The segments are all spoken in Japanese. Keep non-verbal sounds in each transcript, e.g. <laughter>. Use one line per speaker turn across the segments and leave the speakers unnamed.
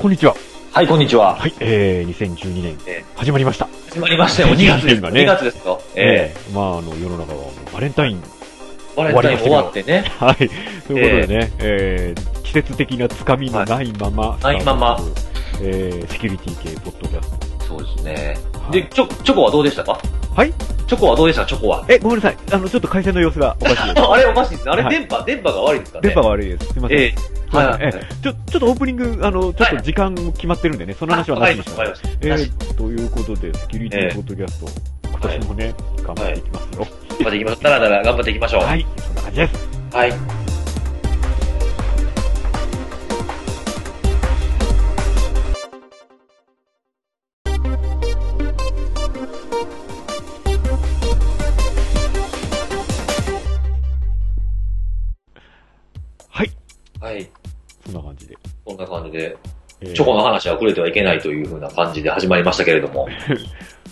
こんにちは。
はい、こんにちは。
はい、えー、2012年、
え
始まりました。
え始まりま <laughs> したよ、2月です
今
よ。
ね
2月ですよ。え
えーまあ、あの、世の中はもうバレンタイ
<laughs>
ン。
えバレンタインも終わってね。
はい。ということでね、えー季節的なつかみのないまま、
ないまま
スタートする。えーセキュリティ系ポッドキャス
そうですね。
ト。
で、チョ、チョコはどうでしたか
はい。
チョコはどうでしたチョコは。
え、ごめんなさい。あの、ちょっと回線の様子がおかしいです。
<laughs> ああれおかしいですね。あれ
はい
電波、電波が悪いですかね。
電波が悪いです。すいません。
ええはいはい
ええちょ、ちょっとオープニング、あの、ちょっと時間決まってるんでね、その話は
あわ
な
か
し
り
に
ま
し
し
ま
た、
す
わかりました。
え
なし
ー、ということで、セキュリティポッドキャスト、今年もね、頑張っていきますよ。
頑張っていきましょう。だらだら頑張っていきましょう。
はい、そんな感じです。
はい。
はい、
はい。
そんな感じで。
こんな感じで、
えー
チョコの話は触れてはいけないというふうな感じで始まりましたけれ
<laughs>
ども。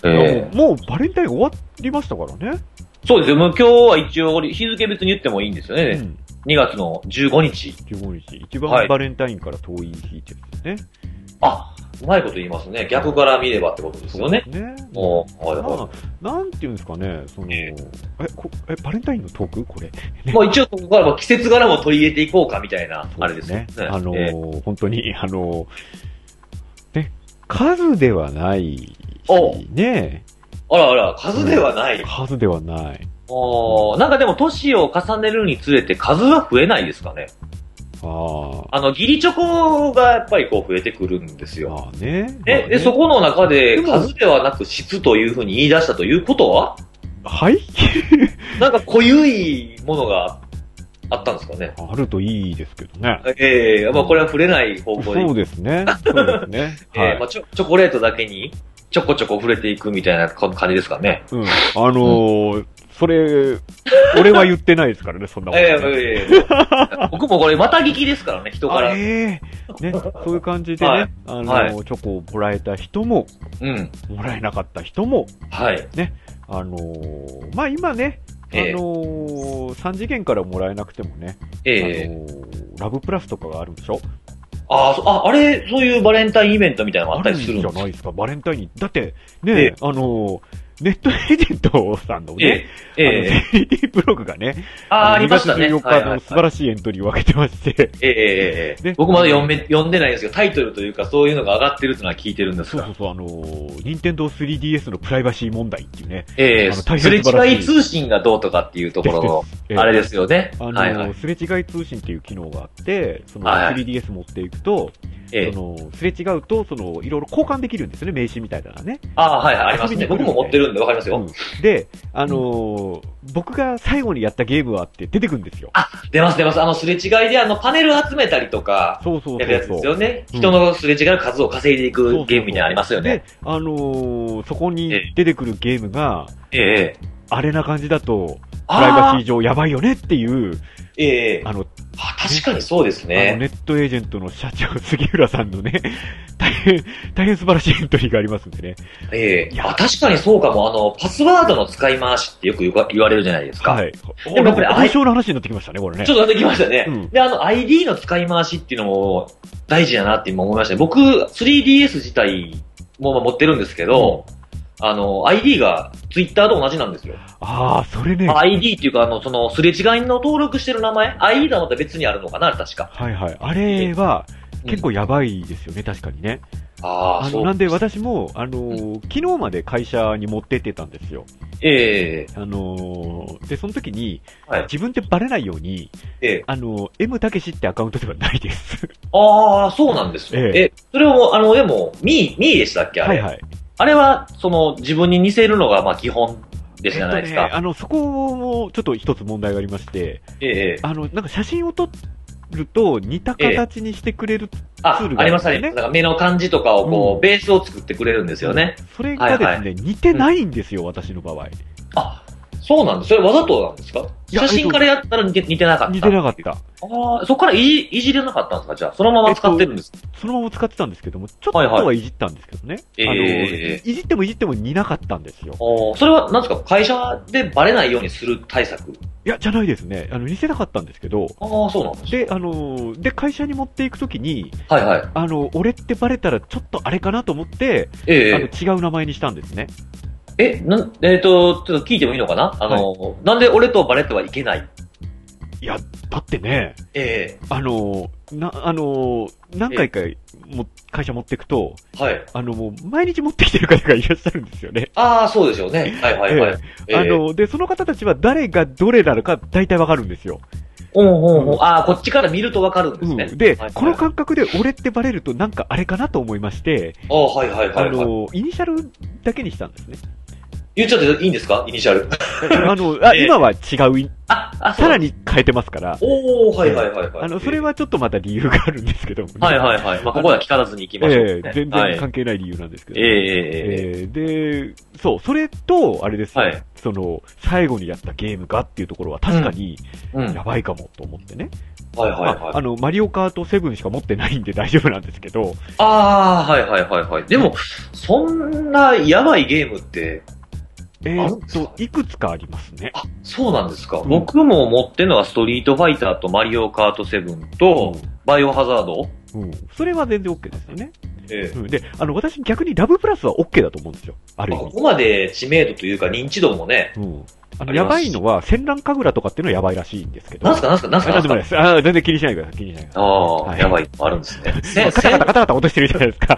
え
いや
え
もうもうバレンタイン終わりましたからね。
そうですよ。もう今日は一応、日付別に言ってもいいんですよ
う
ね。
ん。
2月の15日。
15日、一番
はい
バレンタインから遠い日ってことですね。
あ、うまいこと言いますね。逆から見ればってことですよね。
そうですね。
お
う
はいは
まあ、なんていうんですかね、その、え
え
こえ、バレンタインのトークこれ。
い。まあ一応ここからは季節柄も取り入れていこうかみたいな、あれですね。
あのー
ええ
本当に、 <laughs> あのーね、数ではないし
お、
ね、
あらあら、数ではない。
数ではない。
おーなんかでも年を重ねるにつれて数は増えないですかね。
ああ、
あの、義理チョコがやっぱりこう増えてくるんですよ。
まあね。まあ
え、
ね
で、そこの中で
でも
数ではなく質というふうに言い出したということは
はい
なんか濃ゆいものがあったんですかね。
あるといいですけどね。
ええまあこれは触れない <laughs> 方向で
そうですね。そうですね。
え
は
ー
い
ま。あ、チョチョコレートだけに、ちょこちょこ触れていくみたいな感じですかね。
うん。あのー、それ、俺は言ってないですからね、そんなことね。
<laughs> えええええ
<laughs>
え僕もこれ、また聞きですからね、人か
あ
ら。
ええね、そういう感じでね、
はい
あのー
はい
チョコをもらえた人も、
うん。
もらえなかった人も、
はい。
あのーまあ今ね、あの
ええ
ー、3次元からもらえなくてもね、
え
あ
え
のーラブプラスとかがあるんでしょ
ああそあ、あれ、そういうバレンタインイベントみたいなのがあ
あ
った
る
り
んじ
するん
ゃな
です
い
か
ですか、バレンタインに。だって、ね、
ええ
あのーネットエージェントさんのね、
ええ、ええ、
あの <laughs> CD ブログがね、
ああ、あり
2
ま
月
したね。
14
はい
日
はいは
の
い
素晴らしいエントリーを分けてまして、
えええええ
ね
え。僕まだ読め読んでないんですけど、タイトルというか、そういうのが上がってるというのは聞いてるんです
そう
が
そう。そう、あのー、任天堂 3DS のプライバシー問題っていうね、
ええ
あの大変
すれ
素晴らしい
違い通信がどうとかっていうところ
ええ
の、あれですよね。
あのー
はいはい。
すれ違い通信っていう機能があって、その
はいはい
3DS 持っていくと、
ええ
そのすれ違うと、そのいろいろ交換できるんですよね、名刺みたいなのね。
ああ、はいはい、ありますね。僕も持ってるんでわかりますよ。
うんで、あのー僕が最後にやったゲームはって出てくるんですよ。
出ます出ます。あの、すれ違いで、あの、パネル集めたりとか、
そうそう
やるやつ
そ
で
う
す
そう。
よね。
うん
人のすれ違いの数を稼いでい
そうそうそ
く
う
ゲームみたいなのありますよ
で
ね。、
あのーそこに出てくるゲームが、
ええ。
あれな感じだと、プライバ
あ
シー上やばいよねっていう、
あ、ええ。
あの、
あ確かにそうです
あの
ね。
ネットエージェントの社長、杉浦さんのね、大変、大変素晴らしいエントリーがありますんでね。
え
い
え。
や
あ、確かにそうかも。あの、パスワードの使い回しってよく言わ言われるじゃないですか。
はい。
でもこれ
お相性の話になってきましたね、これね
ちょ。っと出てきましたね。
うん
で、あの、ID の使い回しっていうのも大事だなって今思いましたね。僕、3DS 自体もまあ持ってるんですけど、あの、ID が Twitter と同じなんですよ。
ああ、それね。
まあ ID っていうか、あの、その、すれ違いの登録してる名前 ?ID はまた別にあるのかな確か。
はいはい。あれは、
うん
結構やばいですよね、確かにね。
あ
あのなんで私も、あのー昨日まで会社に持ってってたんですよ。
ええ
あのーで、その時に、
はい
自分ってバレないように、
ええ
あのー M たけしってアカウントではないです。
ああ、そうなんですよ。
え
え
え
それを、あの、でも、ミー、ミーでしたっけあ
は
れ、
いはい。
あれは、その、自分に似せるのが、まあ、基本ですじゃないで
え
す
っとね
か。
あの、そこもちょっと一つ問題がありまして、
ええええ
あの、なんか写真を撮ると似た形にしてくれる、
あ、
ツールが
あります
あ
あ
る
り
んですね
ます。なんか目の感じとかを、こう、
うん
ベースを作ってくれるんですよね。
それがですね、
はい
似てないんですよ、私の場合。
あ、そうなんです。それわざとなんですか
いや
写真からやったら似て似てなかった。
似てなかった。
ああ、そこからいじいじれなかったんですかじゃあ、そのまま使ってるんです。
そのまま使ってたんですけども、ちょっとはいじったんですけどね。
はいはいえ
あの、いじってもいじっても似なかったんですよ。
おーそれは、なんですか会社でバレないようにする対策
いや、じゃないですね。あの、似せなかったんですけど、
ああ、そうなんです。
で、あのーで、会社に持っていくときに、
はいはい。
あの、俺ってバレたらちょっとあれかなと思って、
え
あの
え
違う名前にしたんですね。
え、なん、えっ、と、ちょっと聞いてもいいのかなあの、なんで俺とバレてはいけない
だってね、
え
あのーな、あのー何回かも会社持っていくと、
えはい。
あの、もう毎日持ってきてる方がいらっしゃるんですよね。
ああ、そうですよね。はいはいはい。ええ
あの、で、その方たちは誰がどれなのか大体わかるんですよ。
うんうんうん。ああ、こっちから見るとわかるんで
う
す
ん
ね。
で、
はいはい
この感覚で俺ってバレるとなんかあれかなと思いまして、
ああ、はいはいはい、
あ
はい。
の、イニシャルだけにしたんですね。
言っちゃっていいんですかイニシャ
<laughs>
ル。
あの、あ
ええ
今は違う、
あ、あ、そう
さらに変えてますから、
おおはいはいはいはい。
あの、それはちょっとまた理由があるんですけどもね、
はいはいはい。まあ、ここは聞からずに行きましょう、
ええ全
は
然
い、
関係ない理由なんですけど。
ええええええ
ええで、そう、それと、あれですよ、
はい
その、最後にやったゲームかっていうところは確かに、
うん。
やばいかもと思ってね。
はいはい
ま
はい
あ。あの、マリオカート7しか持ってないんで大丈夫なんですけど、
ああ、はいはいはいはい。でも、そんなやばいゲームって、
えーっ
あ
と、いくつかありますね。
あ、そうなんですか。
うん
僕も持ってるのはストリートファイターとマリオカートセブンと、バイオハザード
うん。それは全然 OK ですよね。
え
う
え
ん。で、あの、私逆にラブプラスは OK だと思うんですよ。ある
ま
意
あこ
味。
こまで知名度というか認知度もね、
うん。あの、
あります
やばいのは、戦乱神楽とかっていうのはやばいらしいんですけど。
なんすかなんすかなんす
あ
か
な
なんん
ですも
か
ないです。ああ、全然気にしないでください。気にしないでくだ
ああ、
はい
やばいのあるんです
<laughs>
ね。
さい。
せ
カタカ
せ
タカタカタ落としてるじゃないです
<laughs>
か。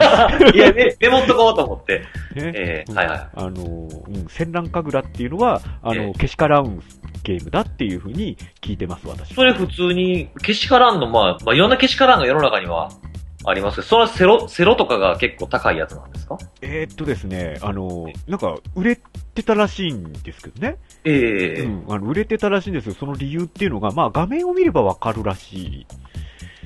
いや、メメモっとこうと思って。
ね
ええ
うん
はいはい。
あの、うん、戦乱神楽っていうのは、あ
え
の、
え
けしからんゲームだっていうふうに聞いてます、私は。
それ普通に、けしからんの、まあ、まあ、いろんなけしからんが世の中にはありますけど、それはセロ、セロとかが結構高いやつなんですか
えーっとですね、あの、なんか、売れてたらしいんですけどね。
ええ
うん、あの売れてたらしいんですよ。その理由っていうのが、まあ、画面を見ればわかるらしい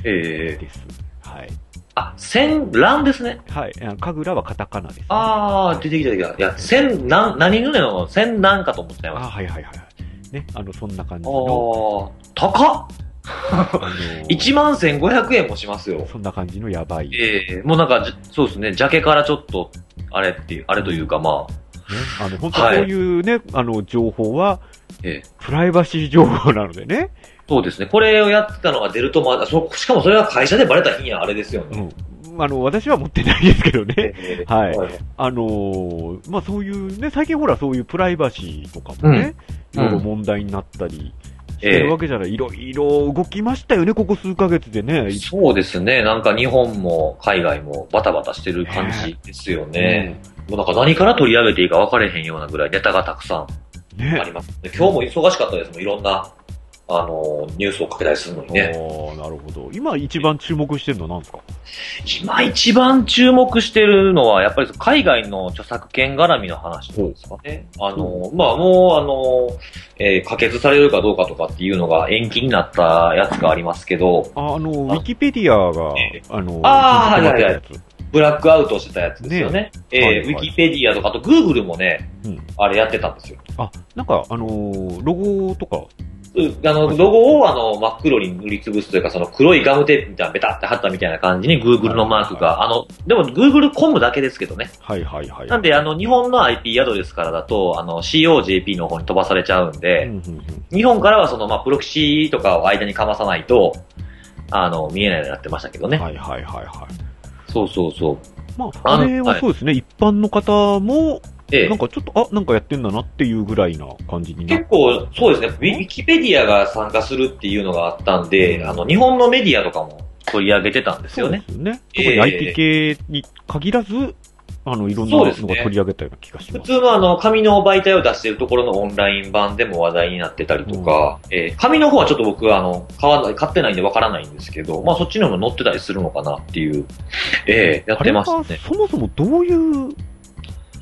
ええ
です。はい。
あ、戦乱ですね。
はい。あの神楽はカタカナです、ね。
ああ、出てきた出てきた。いや、戦、なん、何ぬねの戦なんかと思ってま
あ
した。
ーはいはいはいはい。ね、あの、そんな感じ
ああ
の。
ー、高っ
あの <laughs> ー
!1 万1500円もしますよ。
そんな感じのやばい。ね、
ええもうなんかじ、そうですね、ジャケからちょっと、あれっていう、あれというかまあ、
あの、本当にこういうね、あの、情報は、
ええ
プライバシー情報なのでね。そう
そうですね、これをやってたのが出ると、まあ、そしかもそれが会社でバレた日にはあれですよね。
うん。あの、私は持ってないですけどね。
ええ
はいあのーまあ、そういうね、最近ほらそういうプライバシーとかもね、い
うん
ろいろ問題になったりしてるわけじゃない。いろいろ動きましたよね、ここ数ヶ月でね。
そうですね。なんか日本も海外もバタバタしてる感じですよね。もうなんか何から取り上げていいか分かれへんようなぐらいネタがたくさんあ
ね。
ります。で今日も忙しかったですもん。いろんな、あのーニュースをかけたりするのにね。
ああ、なるほど。今一番注目してるのは何ですか
今一番注目してるのは、やっぱり海外の著作権絡みの話とかですかね。あのーまあもう、あのーえー可決されるかどうかとかっていうのが延期になったやつがありますけど、
ああの、ウィキペディアが
え、
あの、
あー
禁止になってるや
ブラックアウトしてたやつですよね。えー
はいはい
ウィキペディアとか、あと Google もね、
つうん。
あれやってたんですよ。
あ、なんか、あのーロゴとか、
うあの、ロゴをあの、真っ黒に塗りつぶすというか、その黒いガムテープみたいなベタって貼ったみたいな感じに Google のマークが、あの、でも Google コムだけですけどね。
はいはいはい。
なんであの、日本の IP アドレスからだと、あの、COJP の方に飛ばされちゃうん
う
で、
んうんうん
日本からはその、まあ、プロキシとかを間にかまさないと、あの、見えないようになってましたけどね。
はいはいはいはい。
そうそうそう。
まあ、
あ
あ
の
れはそうですね、一般の方も、
ええ
なんかちょっと、あ、なんかやってんだなっていうぐらいな感じにな
結構、そうですね、ウィウィキペディアが参加するっていうのがあったんで、あの、日本のメディアとかも取り上げてたんです
そ
よ
うで
ね。
すよね。
え
特に
え
IT 系に限らず、あの、いろんなの
そう
が
です
取
ね
り上げたような気がし
普
ます。
通のあの、紙の媒体を出してるところのオンライン版でも話題になってたりとか、えー紙の方はちょっと僕はあの、買わない、買ってないんでわからないんですけど、まあそっちのも載ってたりするのかなっていう、ええやっ
あ
て
れは
まし
そ
たね。
もそもどういうも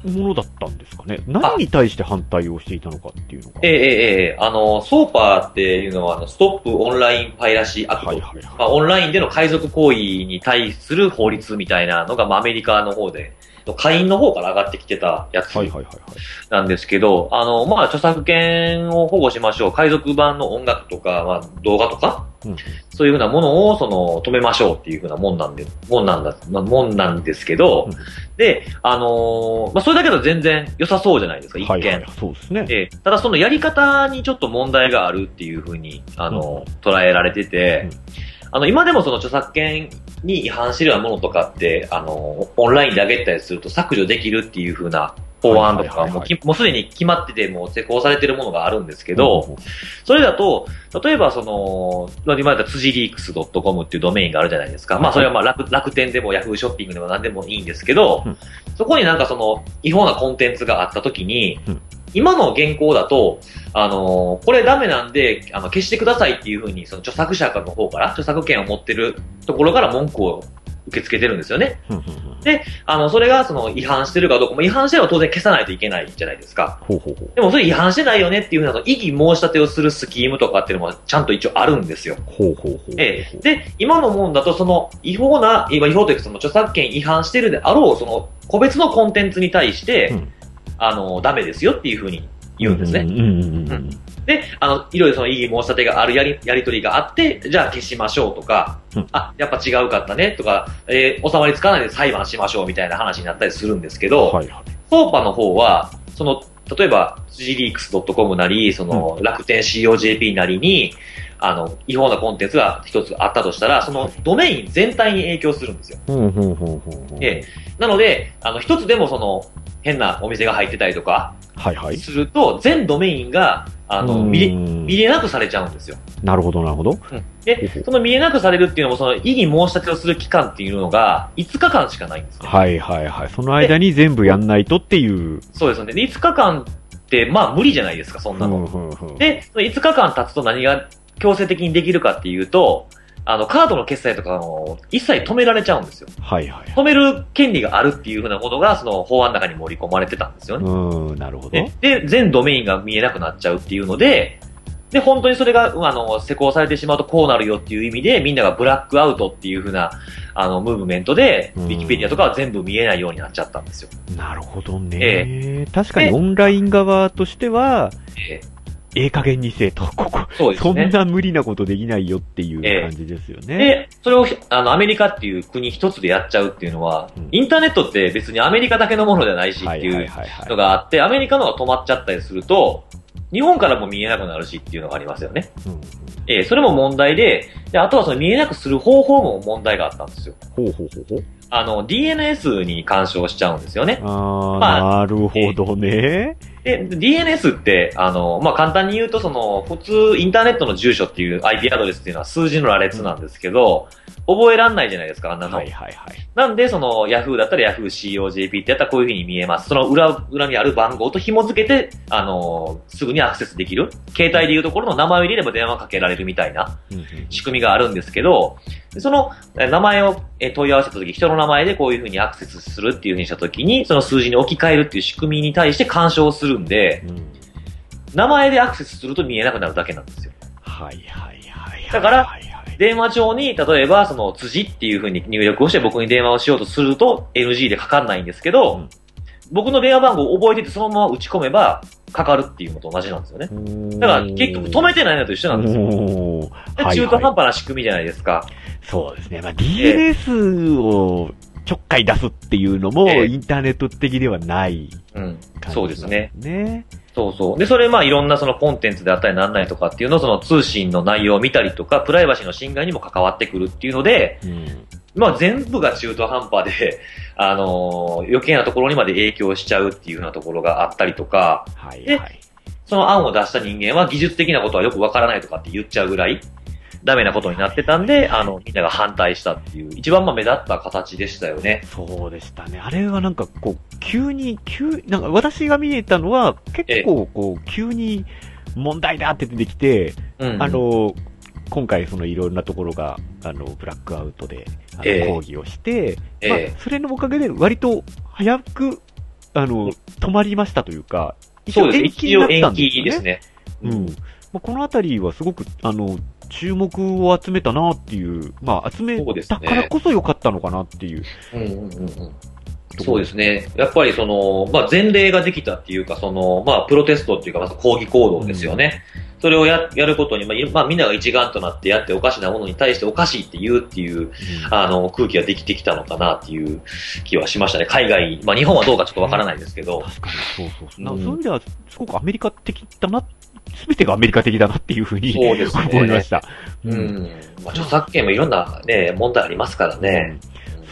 のだったんですかね何に対して反対をしていたのかっていうのが。
ええええええあの、ソーパーっていうのはあの、ストップオンラインパイラシーアクト
はいはいは
まあ、オンラインでの海賊行為に対する法律みたいなのが、まあ、アメリカの方での会員の方から上がってきてたやつ
はいはいはいはい。
なんですけど、あの、まあ、著作権を保護しましょう。海賊版の音楽とか、まあ、動画とか、
うん
そういうふうなものを、その、止めましょうっていうふうなもんなんで、もんなんだ、まあもんなんですけど、
うん
で、あのーまあ、それだけだと全然良さそうじゃないですか、一見。
はいはい、そうですね。
ええただそのやり方にちょっと問題があるっていうふうに、あの、捉えられてて、
うん
あの、今でもその著作権に違反してるようなものとかって、あの、オンラインで上げたりすると削除できるっていうふうな法案
はいは
とか
いはいはい
もうきもうすでに決まってて、もう施行されてるものがあるんですけど、
うん、
それだと、例えばその、まあ今だったら辻リークス .com っていうドメインがあるじゃないですか。まあそれはまあ楽楽天でもヤフーショッピングでも何でもいいんですけど、
うん
そこになんかその違法なコンテンツがあった時に、
うん
今の現行だと、あのーこれダメなんで、あの、消してくださいっていうふうに、その著作者の方から、著作権を持ってるところから文句を受け付けてるんですよね。
うんうんうん
あの、それがその違反してるかどうか、も違反してれば当然消さないといけないじゃないですか。
ほうほうほう。
でもそれ違反してないよねっていうふうなの異議申し立てをするスキームとかっていうのもちゃんと一応あるんですよ。
ほうほうほうほう。
ええ。で、今のもんだとその違法な、今違法というかその著作権違反してるであろう、その個別のコンテンツに対して、
うん
あの、ダメですよっていうふうに言うんですね。
うんうんうんう。
うんで、あの、いろいろその異議申し立てがあるやり、やりとりがあって、じゃあ消しましょうとか、
うん
あ、やっぱ違うかったねとか、えー収まりつかないで裁判しましょうみたいな話になったりするんですけど、
はいはい。
ソーパの方は、その、例えば、gleaks.com なり、その、楽天 COJP なりに、あの、違法なコンテンツが一つあったとしたら、その、ドメイン全体に影響するんですよ。
うんうんうんうんうん。
ええなので、あの、一つでもその、変なお店が入ってたりとか、
はいはい。
すると、全ドメインが、あの、見れ、
うん
見れなくされちゃうんですよ。
なるほどなるほど。ほうほ
で
う、
その見れなくされるっていうのも、その、異議申し立てをする期間っていうのが、5日間しかないんですね。
はいはいはい。その間に全部やんないとっていう。
そうですよね。で、5日間って、まあ、無理じゃないですか、そんなの。
うんうんうん
で、その5日間経つと何が強制的にできるかっていうと、あの、カードの決済とかを一切止められちゃうんですよ。
はいはい。
止める権利があるっていうふうなものが、その法案の中に盛り込まれてたんですよね。
うん、なるほど。
ねで、全ドメインが見えなくなっちゃうっていうので、で、本当にそれが、うんあの、施行されてしまうとこうなるよっていう意味で、みんながブラックアウトっていうふうな、あの、ムーブメントで、ウ
うん
ィキペディアとかは全部見えないようになっちゃったんですよ。
なるほどね。確かにオンライン側としては、
え
ええ加減にせえと、ここ、
えそうです
そん
ね。
な無理なことできないよっていう
ええ
感じですよね。
で、それをひ、あの、アメリカっていう国一つでやっちゃうっていうのは、
うん
インターネットって別にアメリカだけのものじゃないしっ
はい
てい
はいうはいはい
の。があって、アメリカのが止まっちゃったりすると、日本からも見えなくなるしっていうのがありますよね。
うんうん
ええそれも問題で、で、あとはその見えなくする方法も問題があったんですよ。
ほうほうほうほう。
あの、DNS に干渉しちゃうんですよね。
あー、
ま
なるほどね。
で、DNS って、あの、まあ、簡単に言うと、その、普通、インターネットの住所っていう IP アドレスっていうのは数字の羅列なんですけど、覚えらんないじゃないですか、あんなの。
はいはいはい。
なんで、その、Yahoo だったら YahooCOJP ってやったらこういう風に見えます。その裏、裏にある番号と紐付けて、あのーすぐにアクセスできる。携帯でいうところの名前を入れれば電話かけられるみたいな
うんうん
仕組みがあるんですけど、でその、え名前をえ問い合わせたとき、人の名前でこういう風にアクセスするっていう風にしたときに、その数字に置き換えるっていう仕組みに対して干渉するんで、
うん
名前でアクセスすると見えなくなるだけなんですよ。
はいはいはいはい。
だから
はいはい
電話帳に、例えば、その、辻っていう風に入力をして僕に電話をしようとすると NG でかかんないんですけど、
うん
僕の電話番号を覚えててそのまま打ち込めばかかるっていうのと同じなんですよね。だから結局止めてないのと一緒なんですよ。
おー
で
はい
中
は
途
い
半端な仕組みじゃないですか。
そうですね。まあ、DNS をちょっかい出すっていうのも、
ええ
インターネット的ではない
うん。
感じ、
そうですね。
ね。
そうそう。で、それまあいろんなそのコンテンツであったりなんないとかっていうのをその通信の内容を見たりとか、プライバシーの侵害にも関わってくるっていうので、
うん。
まあ全部が中途半端で、あのー余計なところにまで影響しちゃうっていうようなところがあったりとか、
はい
で
はい。
その案を出した人間は技術的なことはよくわからないとかって言っちゃうぐらい、ダメなことになってたんで、あの、みんなが反対したっていう、一番まあ目立った形でしたよね。
そうでしたね。あれはなんかこう、急に、急、なんか私が見えたのは、結構こう、急に問題だって出てきて、
うん。
あ、の、今回そのいろんなところが、あの、ブラックアウトで、あの
ええ
抗議をして、
え
まあ
え、
それのおかげで割と早く、あの、止まりましたというか、一
そう
応
です。
延期に
一
な
応
ったん
延
です
期
よ
で
ね
す。ね。
うん。まあ、このあたりはすごく、あの、注目を集めたなっていう、まあ、集め
そうです
た
ね
からこそ良かったのかなっていう
うんうんうんうん。そうですね。やっぱりその、まあ、前例ができたっていうか、その、まあ、プロテストっていうか、まず抗議行動ですよね。それをや、やることに、まあい、まあ、みんなが一丸となってやっておかしなものに対しておかしいって言うっていう、あの、空気ができてきたのかなっていう気はしましたね。海外、まあ、日本はどうかちょっとわからないですけど。
確かに、そうそうそう。な
うん
そういう意味では、すごくアメリカ的だな、すべてがアメリカ的だなっていうふうに
そうですね
思いました。
うん。まあ、著作権もいろんなね、問題ありますからね。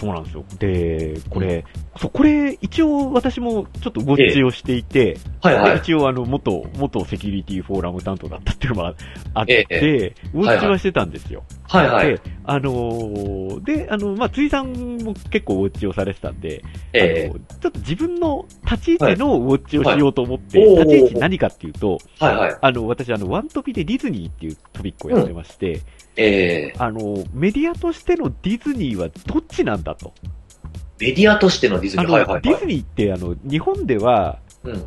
そうなんですよ。で、これ、そう、これ、一応私もちょっとウォッチをしていて、
はいは
で
い。
<laughs> 一応あの、元、元セキュリティフォーラム担当だったっていうのもあって、
え
ウォッチはしてたんですよ。
はいはい。
で、あのーで、あの、まあ、辻さんも結構ウォッチをされてたんで、
え
あのちょっと自分の立ち位置のウォッチをしようと思って、
はいはいおー
立ち位置何かっていうと、
えはいはい。
あの、私、あの、ワントピでディズニーっていうトピックをやってまして、
ええ
あの、メディアとしてのディズニーはどっちなんだと。
メディアとしてのディズニ
あ
ー。
の、
はいはい
ディ
は
ズニーって、あの、日本では、
い。うん。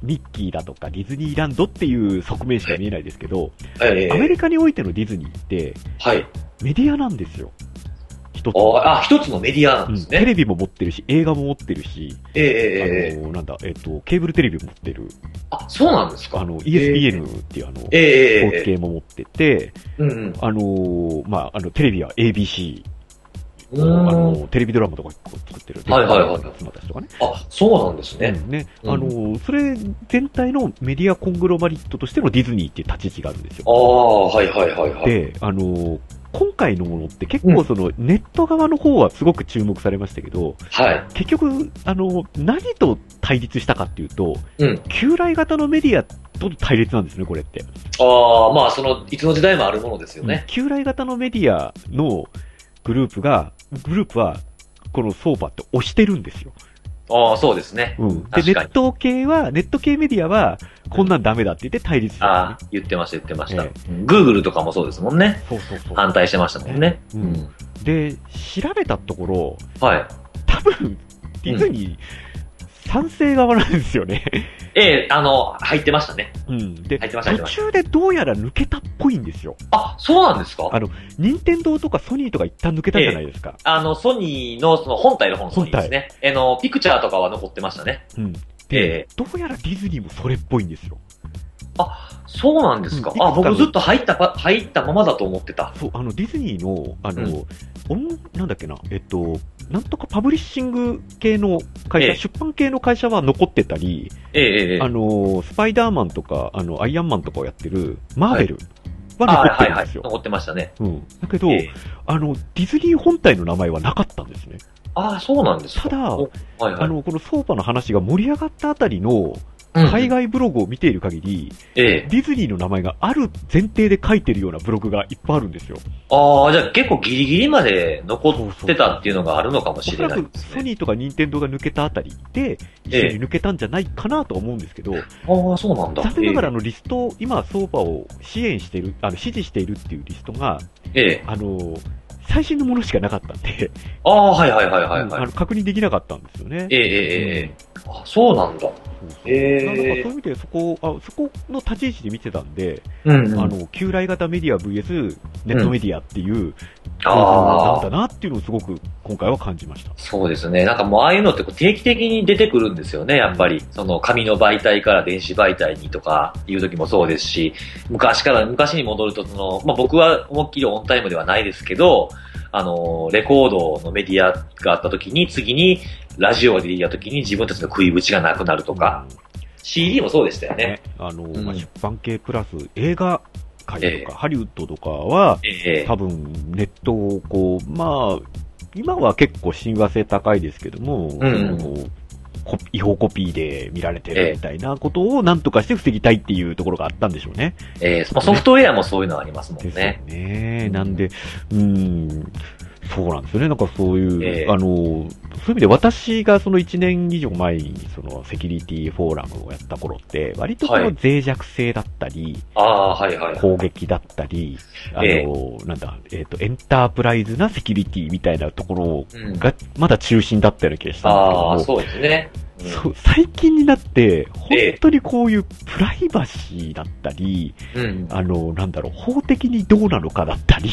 ミッキーだとかディズニーランドっていう側面しか見えないですけど、
ええ
アメリカにおいてのディズニーって
はい。
メディアなんですよ。一つ。
ああ、一つのメディアな
うんん
です
テ
ね。
レビも持ってるし、映画も持ってるし、
ええええええ
あの、なんだ、えっ、と、ケーブルテレビも持ってる、
あ、そうなんです
あ
か。
の、
え
ESPN っていうあの、スポーツ
えええええ
系も持ってて、
うんうん。
あのーまあ、あの、テレビは ABC
う
あ
ーん
の、テレビドラマとか作ってる。
はいはいはい
妻たちとかね。
あ、そうなんですね。
うんね。
うん
あの、それ全体のメディアコングロマリットとしてのディズニーっていう立ち位置があるんです
あ
よ。
あ、はいはいはいはい。
で、あの、今回のものって結構その、ネット側の方はすごく注目されましたけど、
はい。
結局、あの、何と対立したかっていうと、
うん
旧来型のメディアとの対立なんですね、これって。
ああ、まあ、その、いつの時代もあるものですよね。
旧来型のメディアのグループが、グループは、この相場って押してるんですよ。
ああ、そうですね。
うん。で、ネ
確かに
ット系は、ネット系メディアは、こんなんダメだって言って対立してたん
あ
で
あ、言ってました言ってました
え。
Google とかもそうですもんね。
すね。そうそうそう。
反対してましたもんね。
う
うんん。
で、調べたところ、
はい。
多分、ディズニー、賛成側なんですよね。
ええ、あの、入ってましたね。
うん。で、
入ってました入って
途
まし
中でどうやら抜けたっぽいんですよ。
た。あ、そうなんですか
あ任天堂とかソニーとか一旦抜けたじゃないですか。
あの、ソニーの、その本体の方のソニーですね。えの、ピクチャーとかは残ってましたね。
うん。
え
で、どうやらディズニーもそれっぽいんですよ。
そうなんですか
う。ん
あ、
いくつかの
僕ずっと入ったば、入ったままだと思ってた。
そう、あの、ディズニーの、あ
う
の、オン、なんだっけな、えっと、なんとかパブリッシング系の会社、
ええ
出版系の会社は残ってたり、
ええええ
あの、スパイダーマンとか、あの、アイアンマンとかをやってる、マーベルは残ってるんですよ。
残ってましたね。
うん。だけど、
ええ
あの、ディズニー本体の名前はなかったんですね。
ああ、そうなんですか。
ただ
おはいはい、
あの、このソーパの話が盛り上がったあたりの
うん
海外ブログを見ている限り、
ええ。
ディズニーの名前がある前提で書いてるようなブログがいっぱいあるんですよ。
ああ、じゃあ結構ギリギリまで残ってたっていうのがあるのかも
お
し
そ
れ
ら
ない
く
です
ソ
ね。
ニーとか任天堂が抜けたあたりで、一
ええ
緒に抜けたんじゃないかなとは思うんですけど、
ああ、そうなんだ。
残念ながらあのリスト、今、相場を支援している、あの支持しているっていうリストが、
ええ。ええ
あの最新のものしかなかったんで、
ああ、はいはいはいは
う
い、
んあ
はい。
の確認できなかったんですよね。
ええええええ。あ、そうなんだ。
そうそう
ええ
なんかそういう意味でそこあ、そこの立ち位置で見てたんで、
うん、うん。
あの旧来型メディア VS ネットメディアっていう、構
あ
造
あ、
なんだなっていうのをすごく今回は感じました。
そうですね。なんかもうああいうのってこう定期的に出てくるんですよね、やっぱり。その紙の媒体から電子媒体にとかいう時もそうですし、昔から、昔に戻ると、その、まあ、僕は思いっきりオンタイムではないですけど、あの、レコードのメディアがあった時に、次にラジオが出てきた時に自分たちの食いぶちがなくなるとか、CD もそうでしたよ
うん、ね
ね。
あの、
ん
まあ、出版系プラス映画界とか、ハリウッドとかは、
ええ
多分ネットをこう、まあ、今は結構親和性高いですけども、
うん
こうコピ違法コピーで見られてるみたいなことをなんとかして防ぎたいっていうところがあったんでしょうね。
ええまあソフトウェアもそういうのありますもん
ですよ
ね。
ね。なんで、うん、そうなんですよね。なんかそういう、
ええ
あの、そういう意味で私がその1年以上前にそのセキュリティフォーラムをやった頃って、割とこ
は
の
い
脆弱性だったり、
ああ、はいはい。
攻撃だったり、あの、
え
なんだ、えっ、と、エンタープライズなセキュリティみたいなところ
うん、
が、まだ中心だったような気がしたん
ああ、
ですけども、
そうですね。うん
そう、最近になって、本
ええ
当にこういうプライバシーだったり、
うん。
あの、なんだろう、法的にどうなのかだったり、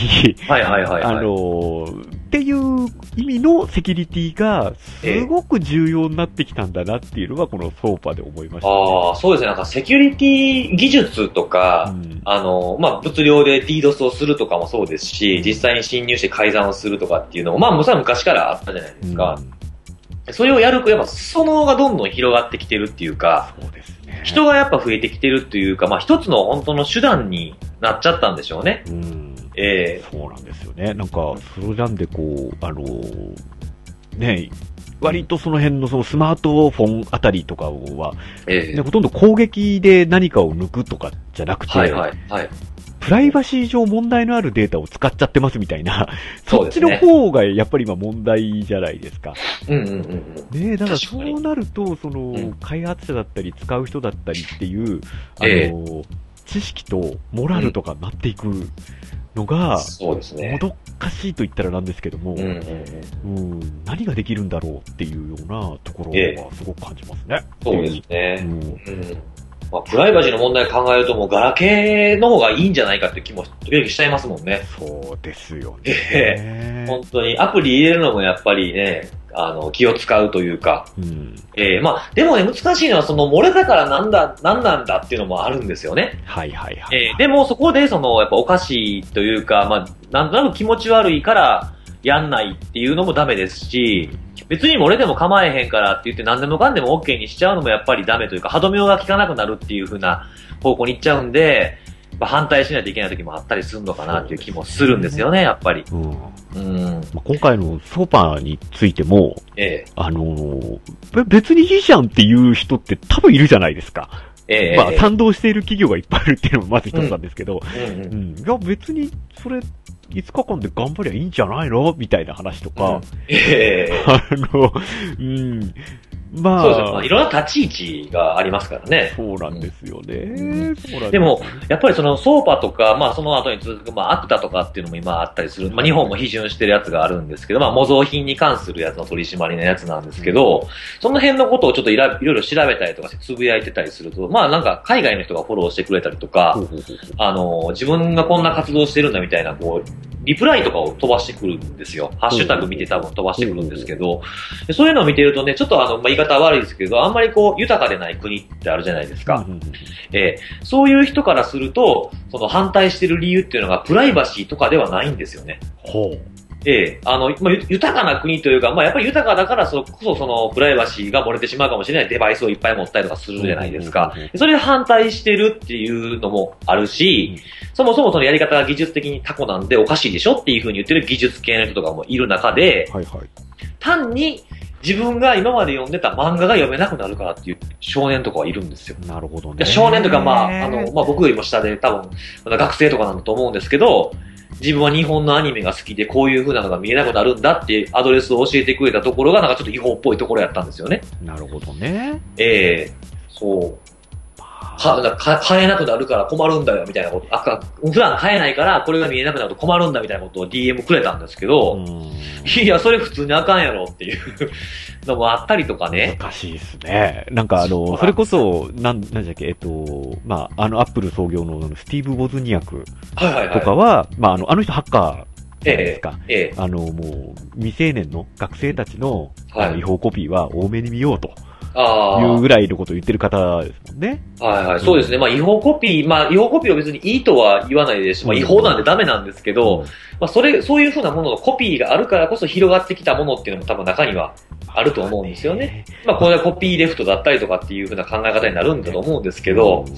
はいはいはい、はい。
あの、っていう意味のセキュリティが、
ええ
すごく重要になってきたんだなっていうのは、このソーパーで思いましたね、
ああ、そうですね。なんかセキュリティ技術とか、
うん
あの、まあ、物量で DDoS をするとかもそうですし、実際に侵入して改ざんをするとかっていうのも、まあ、もちろん昔からあったじゃないですか。
うん
それをやると、やっぱ、そのがどんどん広がってきてるっていうか、
そうですね。
人がやっぱ増えてきてるっていうか、まあ、一つの本当の手段になっちゃったんでしょうね。
うん
え
そうなんですよね。なんか、それなんでこう、あのーね、割とその辺のそのスマートフォンあたりとかは、
ええ
ね、ほとんど攻撃で何かを抜くとかじゃなくて、
はいはい、はい。
プライバシー上問題のあるデータを使っちゃってますみたいな、
<laughs> そ
そっ
うです
ち
ね
の方がやっぱり今問題じゃないですか。
うんうんうんうん。
ねだから
確
そ
かに
うなると、その、
ん
開発者だったり、使う人だったりっていう、あの、
え
知識とモラルとかになっていくのが、
そうですね
も。どっかしいと言ったらなんですけども、
うんうんうん。
うん何ができるんだろうっていうようなところ
え
はすごく感じますね。
そうですね。
うん
うんまあ、プライバシーの問題考えると、もうガラケーの方がいいんじゃないかって気も時々しちゃいますもんね。
そうですよ
え
ね。
本当に。アプリ入れるのもやっぱりね、あの、気を使うというか。
うん、
ええまあ、でもね、難しいのは、その、漏れたからなんだ、なんなんだっていうのもあるんですよね。
はいはいはい。
ええでもそこで、その、やっぱおかしいというか、まあ、なんとなく気持ち悪いから、やんないっていうのもダメですし、別に漏れても構えへんからって言って何でもかんでも OK にしちゃうのもやっぱりダメというか、歯止めが効かなくなるっていう風な方向に行っちゃうんで、まあ、反対しないといけない時もあったりするのかなっていう気もするんですよね、やっぱり。
うんま
うん。
あ今回のソーパーについても、
え
あのーべ別にいいじゃんっていう人って多分いるじゃないですか。
えええ
まあ、賛同している企業がいっぱいいるっていうのもまず一つなんですけど、
うんう
うんん、いや、別にそれ、5日間で頑張りゃいいんじゃないのみたいな話とか、
ええ
あの、うん、まあ、
そうですね。まあ、いろんな立ち位置がありますからね。
そうなんですよね。
ん
そうなんす
でも、やっぱりその、ソーパとか、まあその後に続く、まあアクタとかっていうのも今あったりする、まあ日本も批准してるやつがあるんですけど、まあ模造品に関するやつの取り締まりのやつなんですけど、その辺のことをちょっといらいろいろ調べたりとかしてつぶやいてたりすると、まあなんか海外の人がフォローしてくれたりと
ほう
か、
ほうほうほう
あの、自分がこんな活動してるんだみたいな、こう、リプライとかを飛ばしてくるんですよ。ハッシュタグ見て多分飛ばしてくるんですけど、でそういうのを見てるとね、ちょっとあの、まあ言い方悪いですけど、あんまりこう、豊かでない国ってあるじゃないですか。
うんうんうん
えーそういう人からすると、その反対してる理由っていうのがプライバシーとかではないんですよね。
ほ
えーあの、まあ、ゆ豊かな国というか、まあ、やっぱり豊かだからそこそそのプライバシーが漏れてしまうかもしれないデバイスをいっぱい持ったりとかす
う
るじゃないですか。。
うんうんうん
それで反対してるっていうのもあるし、そもそもそのやり方が技術的にタコなんでおかしいでしょっていうふうに言ってる技術系の人とかもいる中で、
はいはい。
単に自分が今まで読んでた漫画が読めなくなるからっていう少年とかはいるんですよ。
なるほど
いや
ね。
少年とか、まあ、あの、まあ、僕よりも下で多分、まだ学生とかなんだと思うんですけど、自分は日本のアニメが好きで、こういう風なのが見えなくなるんだってアドレスを教えてくれたところが、なんかちょっと違法っぽいところやったんですよね。
なるほどね。
ええそう。か、だからか買えなくなるから困るんだよ、みたいなこと。あか、普段買えないから、これが見えなくなると困るんだ、みたいなことを DM くれたんですけど、
うん
いや、それ普通にあかんやろっていうのもあったりとかね。
難しいですね。なんかあ
そうなんで
の、
す
それこそ、なん、なんじゃっけ、えっと、まあ、あの、アップル創業のあのスティーブ・ウォズニアク
はいはい
と
はい。
かは、まあ、あの、あの人ハッカーじゃないですか。
ええ
あの、もう、未成年の学生たちの、
はい
あの違法コピーは多めに見ようと
ああ。
いうぐらいのことを言ってる方ですもんね。
はいはい、そうですね。まあ違法コピー、まあ違法コピーは別にいいとは言わないですし、まあ違法なんでダメなんですけど、まあそれ、そういうふうなもののコピーがあるからこそ広がってきたものっていうのも多分中には、あると思うんですよね。まあこれはコピーレフトだったりとかっていうふうな考え方になるんだと思うんですけど
うん、ま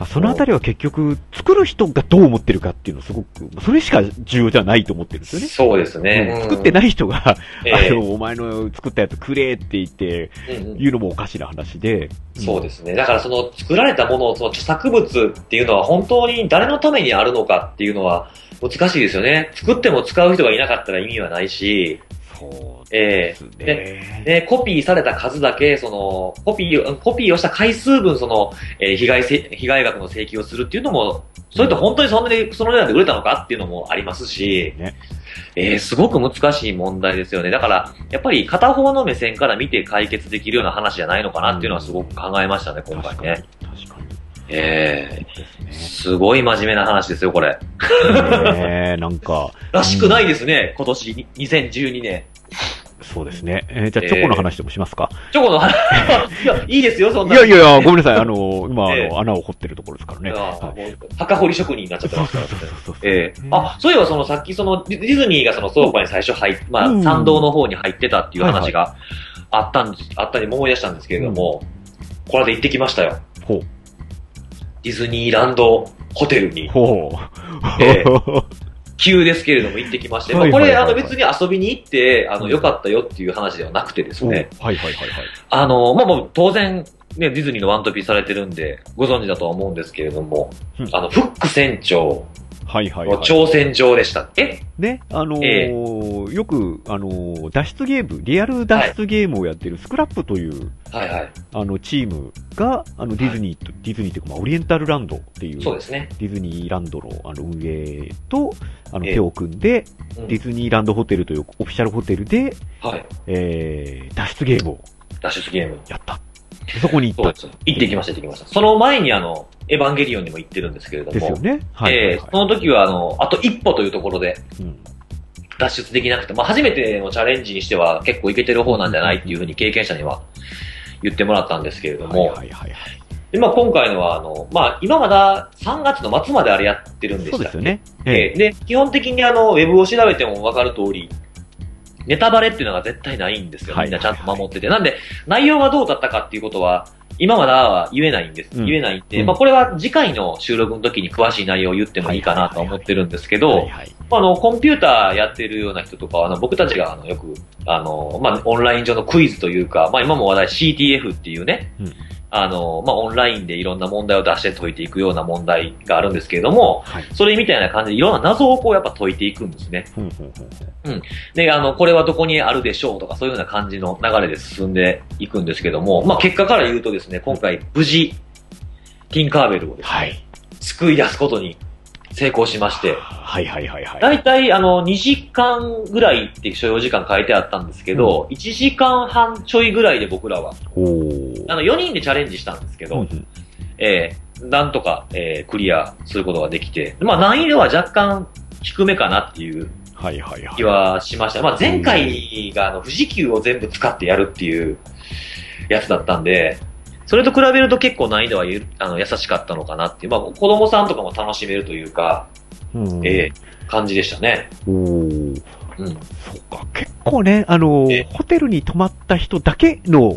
あ、そのあたりは結局、作る人がどう思ってるかっていうのすごく、まあそれしか重要じゃないと思ってるんですよね。
そうです
う
ね
ん。作って
ない。
ない人が、
え
あ
え
の、お前の作ったやつくれって言って、
うんうん
言うのもおかしな話で。
そうですね。だからその作られたもの、その著作物っていうのは本当に誰のためにあるのかっていうのは難しいですよね。作っても使う人がいなかったら意味はないし、
す。そう
え
ですね。
で、コピーされた数だけ、その、コピーを、コピーをした回数分、その、えー被害せ、被害額の請求をするっていうのも、それと本当にそんなにその値段で売れたのかっていうのもありますし、
ね
えーすごく難しい問題ですよね。だから、やっぱり片方の目線から見て解決できるような話じゃないのかなっていうのはすごく考えましたね、今
確
回
かに
ね。。
確かに。
え
そうで
ー
す
すごい真面目な話ですよ、これ。
ね。ねえ <laughs> なんか、
らしくないですね、今年に、2012年。
そうですね。えーじゃあ、チョコの話でもしますか、
チョコの話、いや、いいですよ、そん
い
な。
やいやいや、ごめんなさい。あの、今、あ
ええ
の、穴を掘ってるところですからね。
ああ
はい
もう墓掘り職人になっちゃって
そう
ます
そう
から
そうそうそう。
ええ
ね <laughs>
あ、そういえばそのさっきそのディディズニーがその倉庫に最初入っ、ま
う
あ
ん
参道の方に入ってたっていう
は
話
い
があったん、あったに思い出したんですけれども、これで行ってきましたよ。
ほう。
ディズニーランドホテルに、
ほう。<laughs>
ええ急ですけれども行ってきまして、まあ
はい
こ
はい
れ
はい
あ
はい
の別に遊びに行って、あの良かったよっていう話ではなくてです
ほうはい
ね、
はいはいはい。
あの、まあもう当然、ね、ディズニーのワントピーされてるんで、ご存知だとは思うんですけれども
うん、
あの、フック船長
はいはいは
の
い。
挑戦状でした。え
ね、あのー
え
よく、あのー脱出ゲーム、リアル脱出ゲームをやってるスクラップという、
はいはい。
あの、チームが、あの、ディズニーと、ディズニーというか、まあ、オリエンタルランドっていう、
そうですね。
ディズニーランドのあの運営と、あの、
ええ
手を組んで、
うん
ディズニーランドホテルというオフィシャルホテルで、
はい。
えー、脱出ゲームを
脱出ゲーム。
やった。でそこに行
そう
っ
です。行ってきました、行ってきました。その前にあの、エヴァンゲリオンにも行ってるんですけれど
た。
も。
ですよね。はいはい
え
は
ーその時はあの、あと一歩というところで
い。うん
脱出できなくて、まあ初めてのチャレンジにしては結構いけてる方なんじゃないっていうふうに経験者には言ってもらったんですけれど
はい
も。
はいはいはい。
で、まあ今回のはあの、まあ今まだ3月の末まであれやってるんで
そう
し
で
たっ
す
け
よね。え
えーで、基本的にあの、ウェブを調べてもわかる通り、ネタバレっていうのが絶対ないんですよ。
はい
みんなちゃんと守ってて。なんで、内容がどうだったかっていうことは、今まだは言えないんです。
うん
言えないんで、
うん
まあこれは次回の収録の時に詳しい内容を言ってもいいかなと思ってるんですけ
え
ど、
はいはい。
まああの、コンピューターやってるような人とかは、あの僕たちがあのよく、あの、まあ、オンライン上のクイズというか、まあ、今も話題 CTF っていうね、
うん
あの、まあ、オンラインでいろんな問題を出して解いていくような問題があるんですけれども、
はい。
それみたいな感じでいろんな謎をこうやっぱ解いていくんですね。
ふんふんふんふん
で、あの、これはどこにあるでしょうとかそういうような感じの流れで進んでいくんですけども、まあ結果から言うとですね、今回無事、ティンカーベルをですね
はい。
救い出すことに成功しまして、
はいはいはいはい。
だいたいあの、2時間ぐらいって所要時間書いてあったんですけど、1時間半ちょいぐらいで僕らは、
おー
あの、4人でチャレンジしたんですけ
うん
ど、
うん
えーなんとか、えークリアすることができて、まあ難易度は若干低めかなっていう
はいはいはい。
気はしました。まあ、前回があの富士急を全部使ってやるっていうやつだったんで、それと比べると結構難易度はゆるあの優しかったのかなっていう、まあ、子供さんとかも楽しめるというか、
うん
ええ感じでしたね。
おー
うん。
そうか、結構ね、あの
ええ、
ホテルに泊まった人だけの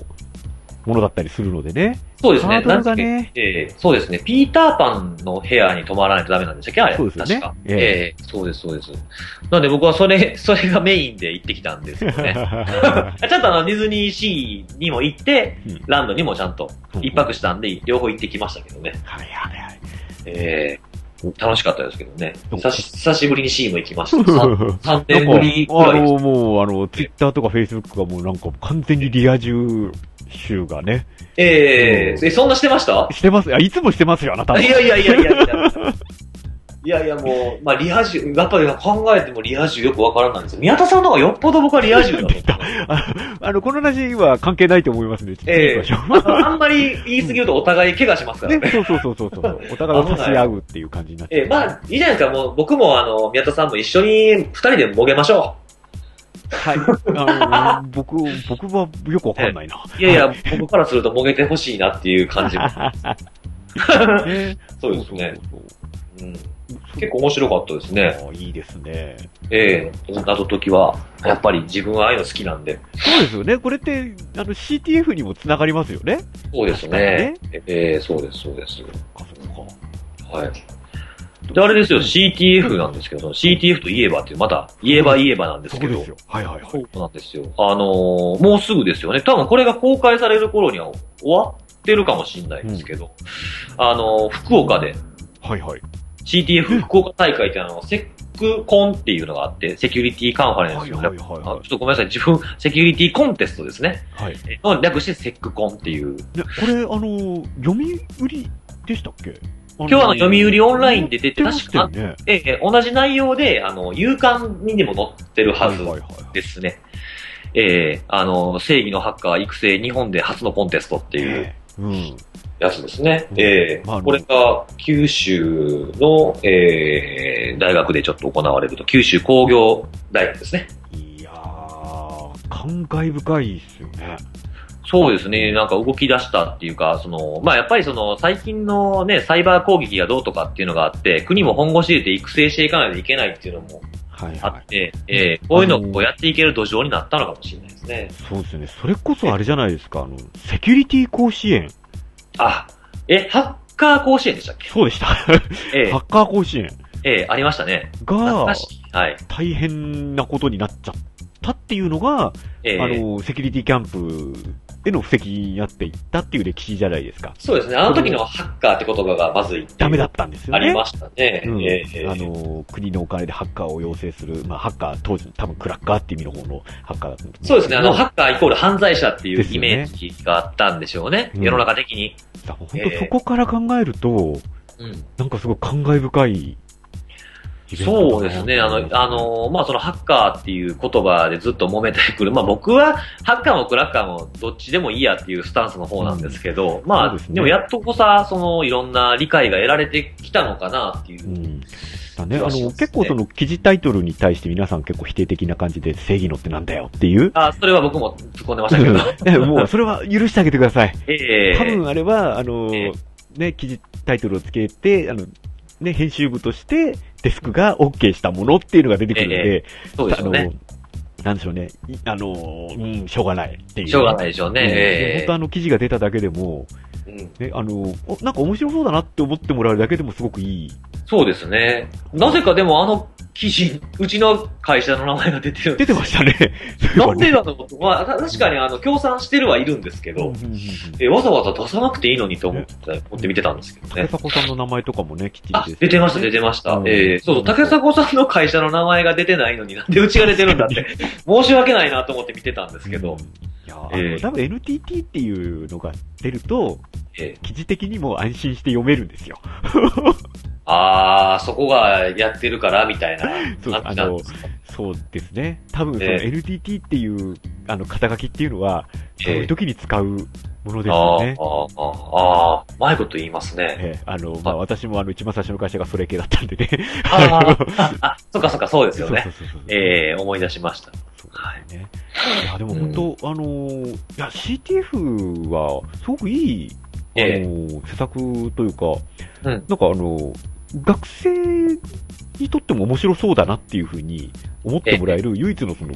ものだったりするのでね。
そうですね。
ハードル
な
が
んですっ
ね。
けええそうですね。ピーターパンの部屋に泊まらないとダメなんでしたっけあれ。
そうですよね
確か。
え
ええそうです、そうです。なんで僕はそれ、それがメインで行ってきたんですよね。 <laughs>
は
ちゃんとあの、ディズニーシーにも行って
うん、
ランドにもちゃんと
うん
一泊したんで、両方行ってきましたけど
い
ね。
はいはい。
ええ楽しかったですけどね。
うん
久し久しぶりに C も行きま <laughs> した。
な
3,
んか、
年ぶりぐ
あ
らいです。
の、もう、あの、ツイッターとかフェイスブックがもうなんか完全にリア充集がね、
えええ、そんなしてました
してます。あ、いつもしてますよ、あなたはい
やいやいやいやいや。いやいやもう、まあリア充、やっぱり考えてもリア充よくわからないんですよ。宮田さんの方がよっぽど僕はリア充だと思う。
あの、この話は関係ないと思いますんで、ちょっと行きましょう。
あんまり言い過ぎるとお互い怪我しますからね。
<laughs> ね、そうそうそうそうそう。お互いを差し合うっていう感じになって。
ええまあ、いいじゃないですか。もう、僕も、あの、宮田さんも一緒に二人でもげましょ
はい。あ
<laughs>
の、僕、僕はよくわかんないな。
う。いやいや、僕からするともげてほしいなっていう
<laughs>
感じも。
ね
そうですね。
そうそう
うん、結構面白かったですね。
ああいいですね。
ええ謎解きは、やっぱり自分はああいうの好きなんで。
そうですよね。これって、あの、CTF にもつながりますよね。
そうですね。ええそうです、そうです。
あ、そうか。
はい。で、あれですよ、CTF なんですけど、CTF といえばっていう、また、言えば言えばなんです
そ
け
こ
ど
で、すよ。はいはいは
そ
い。
うなんですよ。あのーもうすぐですよね。多分これが公開される頃には終わってるかもしれないですけど、あのー福岡で
はいはい。
CTF 福岡大会ってあの、せクコンっていうのがあって、セキュリティカンファレンスの
はい
略、
はいはいはい
あちょっとごめんなさい、自分、セキュリティコンテストですね。
はい。
えの略してセックコンっていう。
で、これ、あのー、読み売りでしたっけ今
今日はあの読売オンラインで出て、確か、
ね。
ええ同じ内容で、あの、夕刊にでも載ってるはず
はいはいはい。
ですね。ええあの、正義のハッカー育成日本で初のコンテストっていう
うん。
やつですね。
うん
ええ
まああの
これが九州の、ええ大学でちょっと行われると、九州工業大学ですね。
いやー、感慨深いっすよね。
そうですね。なんか動き出したっていうか、その、まあ、やっぱりその、最近のね、サイバー攻撃がどうとかっていうのがあって、国も本腰入れて育成していかないといけないっていうのも
はい
あ
は
っ
い。
て、えーこういうのをこうやっていける土壌になったのかもしれないですね。
そうですよね。それこそあれじゃないですか、あの、セキュリティ甲子園。
あ、え、ハッカー甲子園でしたっけ
そうで <laughs> した。
え
ハッカー甲子園
えええありましたね。
が
懐かしいはい。
大変なことになっちゃったっていうのが、
ええ
あの、セキュリティキャンプへの布石になっていったっていう歴史じゃないですか。
そうですね。あの時のハッカーって言葉がまずいっていう
ダメだったんですよ
あ
ね。
りましたね。
うん
ええええ
あの国のお金でハッカーを養成する、まあ、ハッカー、当時、多分クラッカーっていう意味の方のハッカーだと思んけど
そうですね。あの、ハッカーイコール犯罪者ってい
で
う
す
イ
よね
メージがあったんでしょうね。
うん
世の中的に。
だから本当、そこから考えると、
うん。
なんかすごい感慨深いイベント
そう
だな
ですね。あの、あ、の、まあ、そのハッカーっていう言葉でずっと揉めてくる。まあ、僕はハッカーもクラッカーもどっちでもいいやっていうスタンスの方なんですけど、まあ
そう
で
ですね
もやっとこさ、そのいろんな理解が得られてきたのかなっていうう。
んだね、あ
そうです
の
ね
結構その記事タイトルに対して皆さん結構否定的な感じで正義のってなんだよっていう。
あ、それは僕も突っ込んでましたけど。
<laughs> ねもうそれは許してあげてください。
<laughs> え
多
え
分あれは、あの
え、
ね、記事タイトルをつけて、あの、ね、編集部としてデスクが OK したものっていうのが出てくるんで、
そうですよね。
あの、なんでしょうね。いあの、うん、しょうがないっていう。
しょうがない
い。
でしょう
ね、
ね。
本当あの記事が出ただけでも、
ええうん
ね、あの、おなんか面白そうだなって思ってもらうだけでもすごくいい。
そうですね。なぜかでもあの記事、うちの会社の名前が出てる。
出てましたね。
なんで
だ
だと思って、まあ、た確かにあの、協賛してるはいるんですけど、えわざわざ出さなくていいのにと思って、思って見てたんですけど
竹
ね。
迫さんの名前とかもね、きっちり
あ
出て、
出てました、出てました。
うん
えーそうそう、竹迫さんの会社の名前が出てないのになんでうちが出てるんだって、 <laughs> 申し訳ないなと思って見てたんですけ
う
ど
ん、いや、あ
え
の、
え
多分 NTT っていうのが出ると、
え
記事的にも安心して読めるんですよ。
ーあー、そこがやってるから、みたいな
そう
感じなんですか。
そうですね。多分、その
ええ
NTT っていう、あの、肩書きっていうのは、そういう
え
時に使うものです
ー
よ
あ
ね
ー。あー、あー、うまいこと言いますね。
ええ、あの、まあ、
は
私もあの、一番最初の会社がそれ系だったんでね。
あーあ、あ、そっかそっか、そうです
<laughs>
よ
そ
ね
う。そうそうそう。
えー、思い出しました。
そう
はい。
ですね。いや、でも本当、あのー、いや、CTF は、すごくいい、あの
え
ー、施策というか、
うん
なんかあのー、学生にとっても面白そうだなっていうふうに思ってもらえる唯一のその、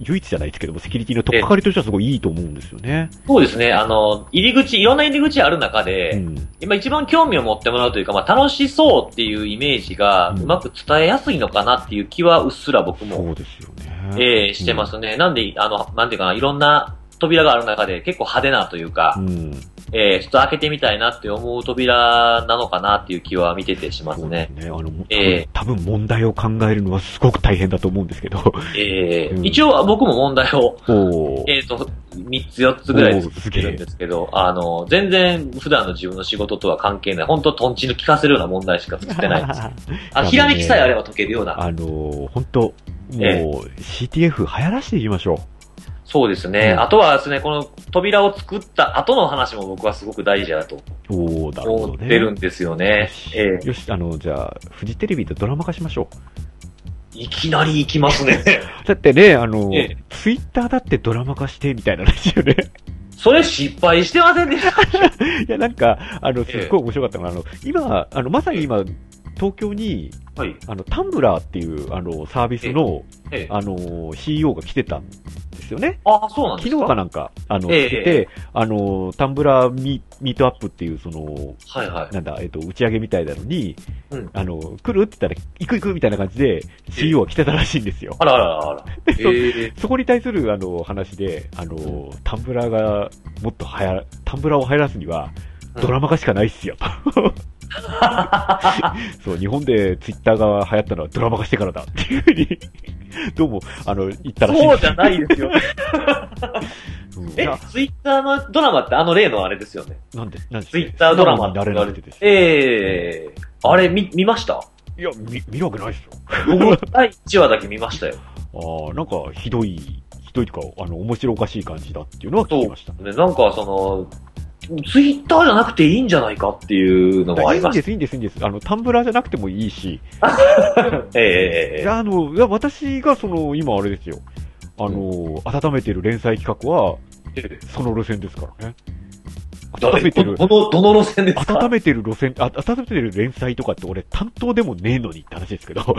唯一じゃないですけども、セキュリティの取っかかりとしてはすごいいいと思うんですよね。
そうですね、あの、入り口、いろんな入り口ある中で、
うん。
今一番興味を持ってもらうというか、まあ楽しそうっていうイメージが
うん
うまく伝えやすいのかなっていう気はうっすら僕も、
そうですよね。
ええしてますね。なんで、あの、なんていうかな、いろんな扉がある中で結構派手なというか、
うん。
ええちょっと開けてみたいなって思う扉なのかなっていう気は見ててします
そうで
ね
す。ね。あの、
ええ
多分問題を考えるのはすごく大変だと思うんですけど。
ええ
うん
一応僕も問題を、
おー
<laughs> えっ、と、3つ4つぐらい作ってるんですけど、あの、全然普段の自分の仕事とは関係ない、本当トンチの効かせるような問題しか作ってないん
<laughs>
です。あ、ひらめきさえあれば解けるような。
あのー、本当もう、
え
CTF 流行らしていきましょ
そうですね。
うん
あとはですね、この扉を作った後の話も僕はすごく大事だと
う。おおなるほ
思
ど
っ
ね。
てるんですよ
よ
ね。
し、
ええ
よしあの、じゃあ、フジテレビでドラマ化しましょ
いきなり行きますね。 <laughs>
う。だってね、あの、
ええ
ツイッターだってドラマ化して、みたいな話よね。 <laughs>
それ失敗してませんでした。
いや、なんか、あの、すっごい面白かったのが、あの、今、あの、まさに今、東京に、
はい。
あの、タンブラーっていう、あの、サービスの、
ええ
あの、CEO が来てたんですよね。
あ、そうなんです
昨
か
日かなんか、あの、
ええ
来てて、あの、タンブラーミミートアップっていう、その、
はいはい。
なんだ、えっと、打ち上げみたいなのに、
うん
あの、来るって言ったら、行く行くみたいな感じで、CEO は来てたらしいんですよ。
あらあら <laughs> あら。ええ
そこに対する、あの、話で、あの、タンブラーが、もっと流行ら、タンブラーを流行らすには、
うん <laughs>
ドラマ化しかないっすよ、と。そう、日本でツイッターが流行ったのはドラマ化してからだっていうふうに、どうも、あの、言ったらしい
そ
で
う
す
じゃないです <laughs> よ。
うん
え
な、
ツイッターのドラマってあの例のあれですよね。
なんで、なんで
ツイッタードラマ
になれなくてですね。
ええあれ、見、見ました
いや、見、見るわけないですよ。
僕、 <laughs> 第1話だけ見ましたよ。
ああ、なんか、ひどい、ひどいというか、あの、面白おかしい感じだっていうのは聞きました。
でなんか、その、ツイッターじゃなくていいんじゃないかっていうのも
い
あり
いん
まし
です、いいんです、いいんです。あの、タンブラーじゃなくてもいいし、
<laughs> た。え
い
え
や、あの、いや私がその、今あれですよ。あの、温めてる連載企画は、
ええ
その路線ですからね。
だ
温めてる、
この、どの路線ですか
温めてる路線、あ温めてる連載とかって俺担当でもねえのにって話ですけど。そう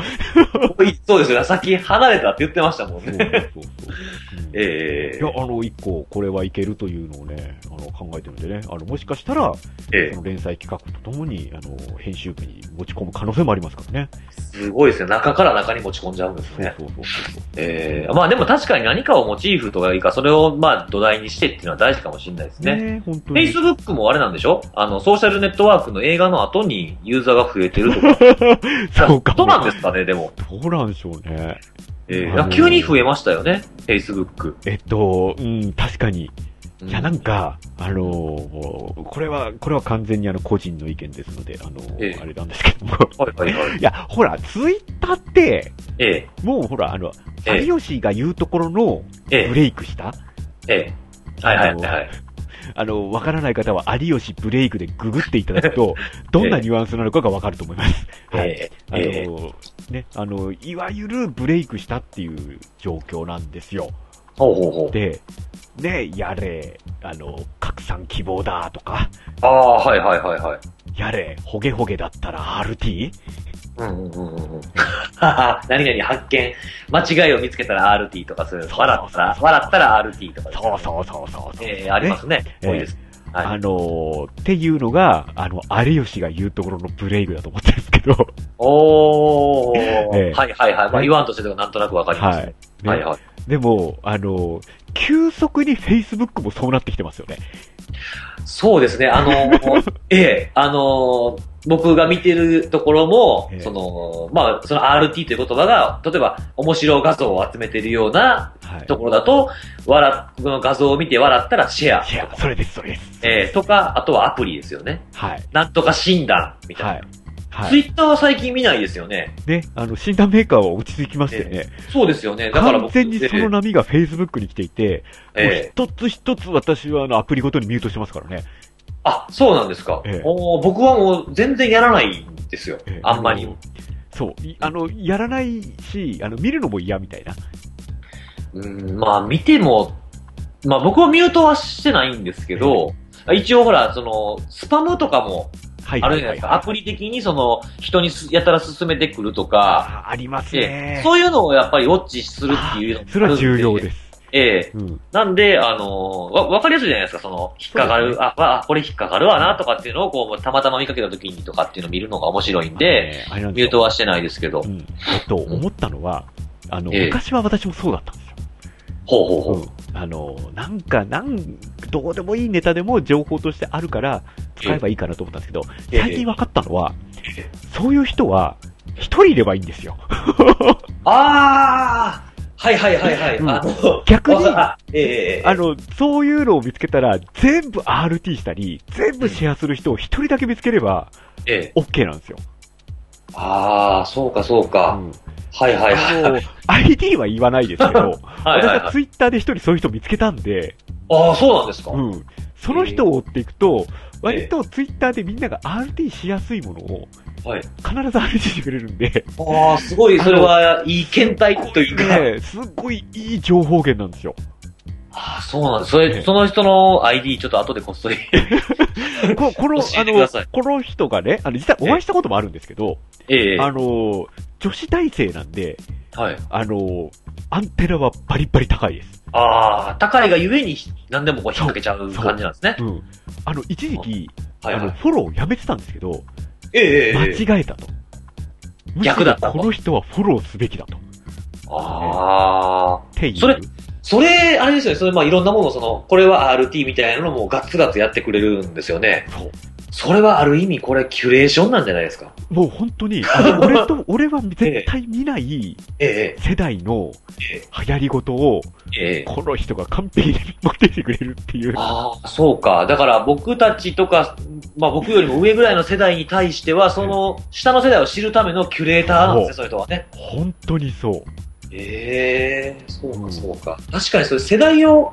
そうですよね。さっき離れたって言ってましたもん
そう
ね。
そうそう。うん
ええ
いや、あの、一個、これはいけるというのをね、あの、考えてるんでね、あの、もしかしたら、
え
その連載企画とともに、あの、編集部に持ち込む可能性もありますからね。
えすごいですね。中から中に持ち込んじゃうんです
そう
ね。
そうそうそう。
ええまあでも確かに何かをモチーフとかいいか、それをまあ土台にしてっていうのは大事かもしれないですね。
ねえ本当に。
Facebook もあれなんでしょあの、ソーシャルネットワークの映画の後にユーザーが増えてるとか。
<laughs> そうかも。
どうなんですかね、でも。
どうなんでしょうね。
え
あの
ー、急に増えましたよね、Facebook。
えっと、うん、確かに。
うん
いや、なんか、あのーもう、これは、これは完全にあの、個人の意見ですので、あのー
ええ
あれなんですけども。 <laughs>
はいはいはい。
いや、ほら、ツイッターって、
え
もうほら、あの、
ええ
有吉が言うところの、
ええ
ブレイクした、
えええはいはいはいはい。
あの、わからない方は、有吉ブレイクでググっていただく
<laughs>
と、どんなニュアンスなのかがわかると思います。はい。
え
あ
え
の
ええ
ー、ね、あの、いわゆるブレイクしたっていう状況なんですよ。
ほうほうほう。
で、ね、やれ、あの、拡散希望だとか、
ああ、はいはいはいはい。
やれ、ホゲホゲだったら RT?
うんうんうん <laughs> うんうん。はは何々発見。間違いを見つけたら RT とかそういう。笑ったら、笑ったら RT とかですね、
そうそうそうそうそう。
ええありますね。
ええ
多いです。は
あ
い。
のーっていうのが、あの、有吉が言うところのブレイクだと思ってるんですけど、
おー、
ええ
はいはいはい。まあ言わんとしてもなんとなくわかります、
は
ね
い。ね
はいはい。
でも、あのー急速に Facebook もそうなってきてますよね。
そうですね、あの、 <laughs> ええ、あの、僕が見てるところも、
ええ
その、まあ、その RT という言葉が、例えば、面白画像を集めてるような
はい。
ところだと、笑っ、この画像を見て笑ったらシェア。
いや、それです、それです。
ええとか、あとはアプリですよね。
はい。
なんとか診断、みたいな。
はい。は
ツイ
い。
ッターは最近見ないですよね。
ね、あの、診断メーカーは落ち着きましたよね。
そうですよね。だから
完
僕、
全にその波が Facebook に来ていて、
ええええ
もう一つ一つ私はあの、アプリごとにミュートしてますからね。
あ、そうなんですか、
ええ
おー僕はもう全然やらないんですよ。
ええ
あんまり。。
そう。いあの、やらないし、あの、見るのも嫌みたいな。
うん、まあ見ても、まあ僕はミュートはしてないんですけど、一応ほら、その、スパムとかも
はい
あ
は
る
い
じゃ
は
ない
い
です
はい。
か。アプリ的にその、人にすやたら進めてくるとか、
ああります
ええ
ね。
そういうのをやっぱりウォッチするっていうのもあるんで
それは重要です。
ええ
うん。
なんで、あのーわ、わかりやすいじゃないですか、その、引っかか
そう
る、
です
あ、わあ、これ引っかかるわな、とかっていうのを、こう、たまたま見かけた時にとかっていうのを見るのが面白いんで、
あのね、あれなん
ミュー
です
ト
よ。
はしてないですけど
う。ん。と思ったのは、あの、
ええ
昔は私もそうだったんですよ。
ほうほうほう。
あの、なんか、なん、どうでもいいネタでも情報としてあるから、使えばいいかなと思ったんですけど、
ええ
最近分かったのは、そういう人は、一人いればいいんですよ。
あーはいはいはいはい。
うん
あの、
逆に
わかったええええ
あの、そういうのを見つけたら、全部 RT したり、全部シェアする人を一人だけ見つければ、
ええ。
OK なんですよ。
ああ、そうかそう
う
か。
ん
はいはいは
あ
い。
の ID は言わないですけど、
<laughs> はいはい
私
は。
はいツイッターで一人そういう人見つけたんで、
ああ、そうなんですか。
うん。その人を追っていくと、割とツイッターでみんなが RT しやすいものを、
はい。
必ず RT してくれるんで、
ああ、すごい、それは、いい検体というか。
ね、すっごいいい情報源なんです
<laughs>
よ。
ああ、そうなんです。そ
ええ
れ、その人の ID、ちょっと後でこっそり。 <laughs>
ここの、
教
あ
えてください
の、この人がね、あの、実はお会いしたこともあるんですけど、
ええ
あの、女子大生なんで、
はい。
あの、アンテナはバリバリ高いです。
ああ、高いがゆえに、何でもこう引っ掛けちゃう感じなんですね。
うん。あの、一時期、
はい
あ
は
の、
い。
フォローやめてたんですけど、
ええええ
間
ええ。
違えたと。むしろ
逆だったと
この人はフォローすべきだと。っ
ああ。
ていう。
それそれ、あれですよね。それ、まあ、いろんなものを、その、これは RT みたいなのもガッツガツやってくれるんですよね。
そう。
それはある意味これキュレーションなんじゃないですか。
もう本当
<laughs>
に、あの俺と、俺は絶対見ない
え
世代の
え
流行り事を、
え、ええ。
この人が完璧に持ってきてくれるっていう。
ああ、そうか。だから僕たちとか、まあ僕よりも上ぐらいの世代に対しては、その下の世代を知るためのキュレーターなんですね、それとはね。
本当にそう。
ええそうか、そうか。確かにそれ世代を